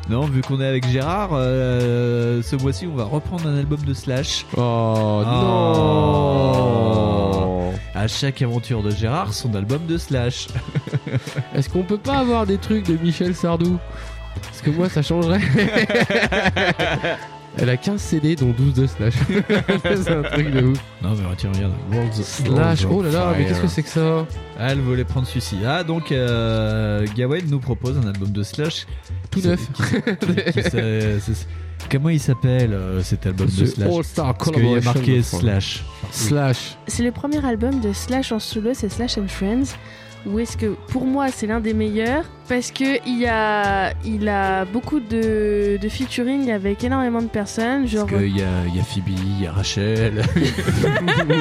S6: Non, vu qu'on est avec Gérard, euh, ce mois-ci, on va reprendre un album de Slash. Ah.
S3: Oh, non
S6: À chaque aventure de Gérard, son album de Slash.
S3: Est-ce qu'on peut pas avoir des trucs de Michel Sardou Parce que moi ça
S6: *laughs*
S3: changerait. Elle a 15 CD dont 12 de
S6: *laughs*
S3: slash. c'est un truc de ouf.
S6: Non, mais tiens, regarde. World's
S3: Slash, oh là là, mais qu'est-ce que c'est que ça
S6: Ah, elle voulait prendre celui-ci. Ah, donc euh, Gawain nous propose un album de Slash.
S3: Tout
S6: Qui-
S3: neuf.
S6: qui- qui- qui- c'est- c'est- Comment il s'appelle euh, cet album de
S3: The
S6: Slash
S3: All Star
S6: Parce qu'il y a
S3: Collaboration.
S6: marqué Slash.
S3: Slash.
S2: C'est le premier album de Slash en solo, c'est Slash and Friends. Où est-ce que pour moi c'est l'un des meilleurs parce que il y a il a beaucoup de, de featuring avec énormément de personnes genre
S6: Parce qu'il y a, il y a Phoebe, il y a Rachel. *laughs*
S2: il y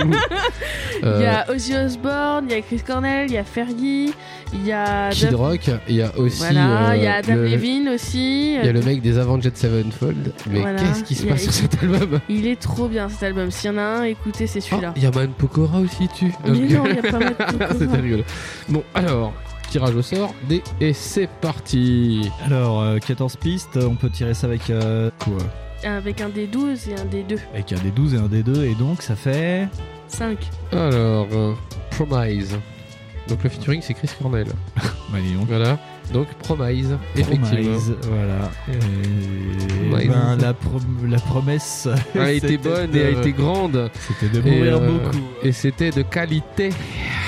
S3: Euh,
S2: a Ozzy Osbourne, il y a Chris Cornell, il y a Fergie, il y a
S3: Kid
S2: Dov-
S3: Rock, il y a aussi.
S2: voilà, il y
S3: euh,
S2: a Adam
S3: le-
S2: Levine aussi.
S3: Il y a le mec des Avenged Sevenfold, mais
S2: Voilà.
S3: qu'est-ce qui se
S2: Il y a-
S3: passe sur cet album
S2: Il est trop bien cet album. S'il y en a un, écoutez, c'est
S3: Ah,
S2: celui-là.
S3: Il y a Man Pokora aussi, tu *laughs*
S2: Mais non, il y a pas mal de trucs.
S3: C'était rigolo. Bon, alors, tirage au sort, des... et c'est parti
S6: Alors, euh, 14 pistes, on peut tirer ça avec euh, quoi
S2: avec un des 12 et un des 2.
S6: Avec un des 12 et un des 2, et donc ça fait.
S2: 5.
S3: Alors, euh, Promise. Donc le featuring, c'est Chris Cornell.
S6: Bah, dis donc.
S3: Voilà. Donc Promise, effectivement.
S6: Promise, voilà. Et-
S3: Promise.
S6: ben, la, prom- la promesse
S3: Elle a été
S6: *laughs* C'était
S3: bonne
S6: de-
S3: et elle a été grande.
S6: C'était de
S3: Et,
S6: mourir
S3: euh,
S6: beaucoup.
S3: Et c'était de qualité.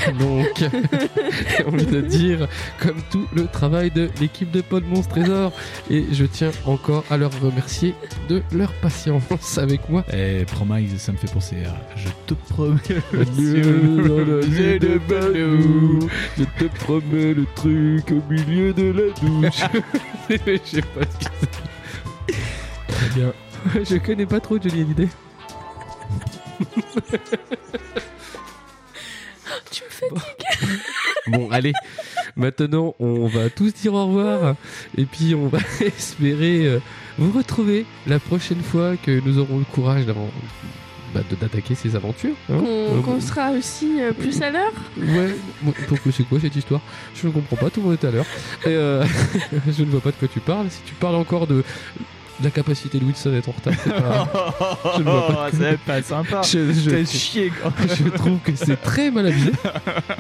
S3: *laughs* Donc, *laughs* j'ai envie de dire, comme tout le travail de l'équipe de Paul Mons Trésor. Et je tiens encore à leur remercier de leur patience avec moi.
S6: Et Promise, ça me fait penser à Je te *laughs* promets le ciel au
S3: *laughs*
S6: milieu de ma douche.
S3: Je te promets le truc au milieu de la douche. je sais pas ce que c'est. Très bien. *laughs* Je connais pas trop Johnny Hallyday.
S2: *laughs* Tu me fais
S3: Bon, allez, maintenant on va tous dire au revoir et puis on va *laughs* espérer euh, vous retrouver la prochaine fois que nous aurons le courage d'avan- bah, de- d'attaquer ces aventures. hein.
S2: qu'on
S3: Euh,
S2: qu'on sera aussi euh, plus à l'heure.
S3: Ouais, bon, pourquoi c'est quoi cette histoire Je ne comprends pas, tout le monde est à l'heure. Et, euh, *laughs* je ne vois pas de quoi tu parles. Si tu parles encore de la capacité de Wilson d'être en retard, c'est pas- Je ne vois pas.
S6: Oh, c'est pas sympa.
S3: *laughs* je, je-
S6: T'es chier, quoi.
S3: je trouve que c'est très mal habillé.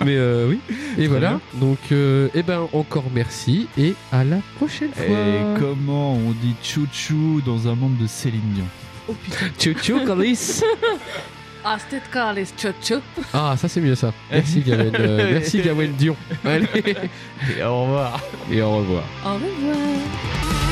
S3: Mais euh, oui. Et voilà. Donc, euh, eh ben, encore merci et à la prochaine fois.
S6: Et comment on dit chouchou dans un monde de Céline Dion
S2: Oh putain.
S3: Tchou-tchou, Calice
S2: Ah, c'était de Carles Chocho.
S3: Ah, ça c'est mieux ça. Merci Gawen,
S5: *laughs*
S3: euh, merci Gawen Dion. Allez.
S5: Et au revoir.
S3: Et au revoir.
S2: Au revoir.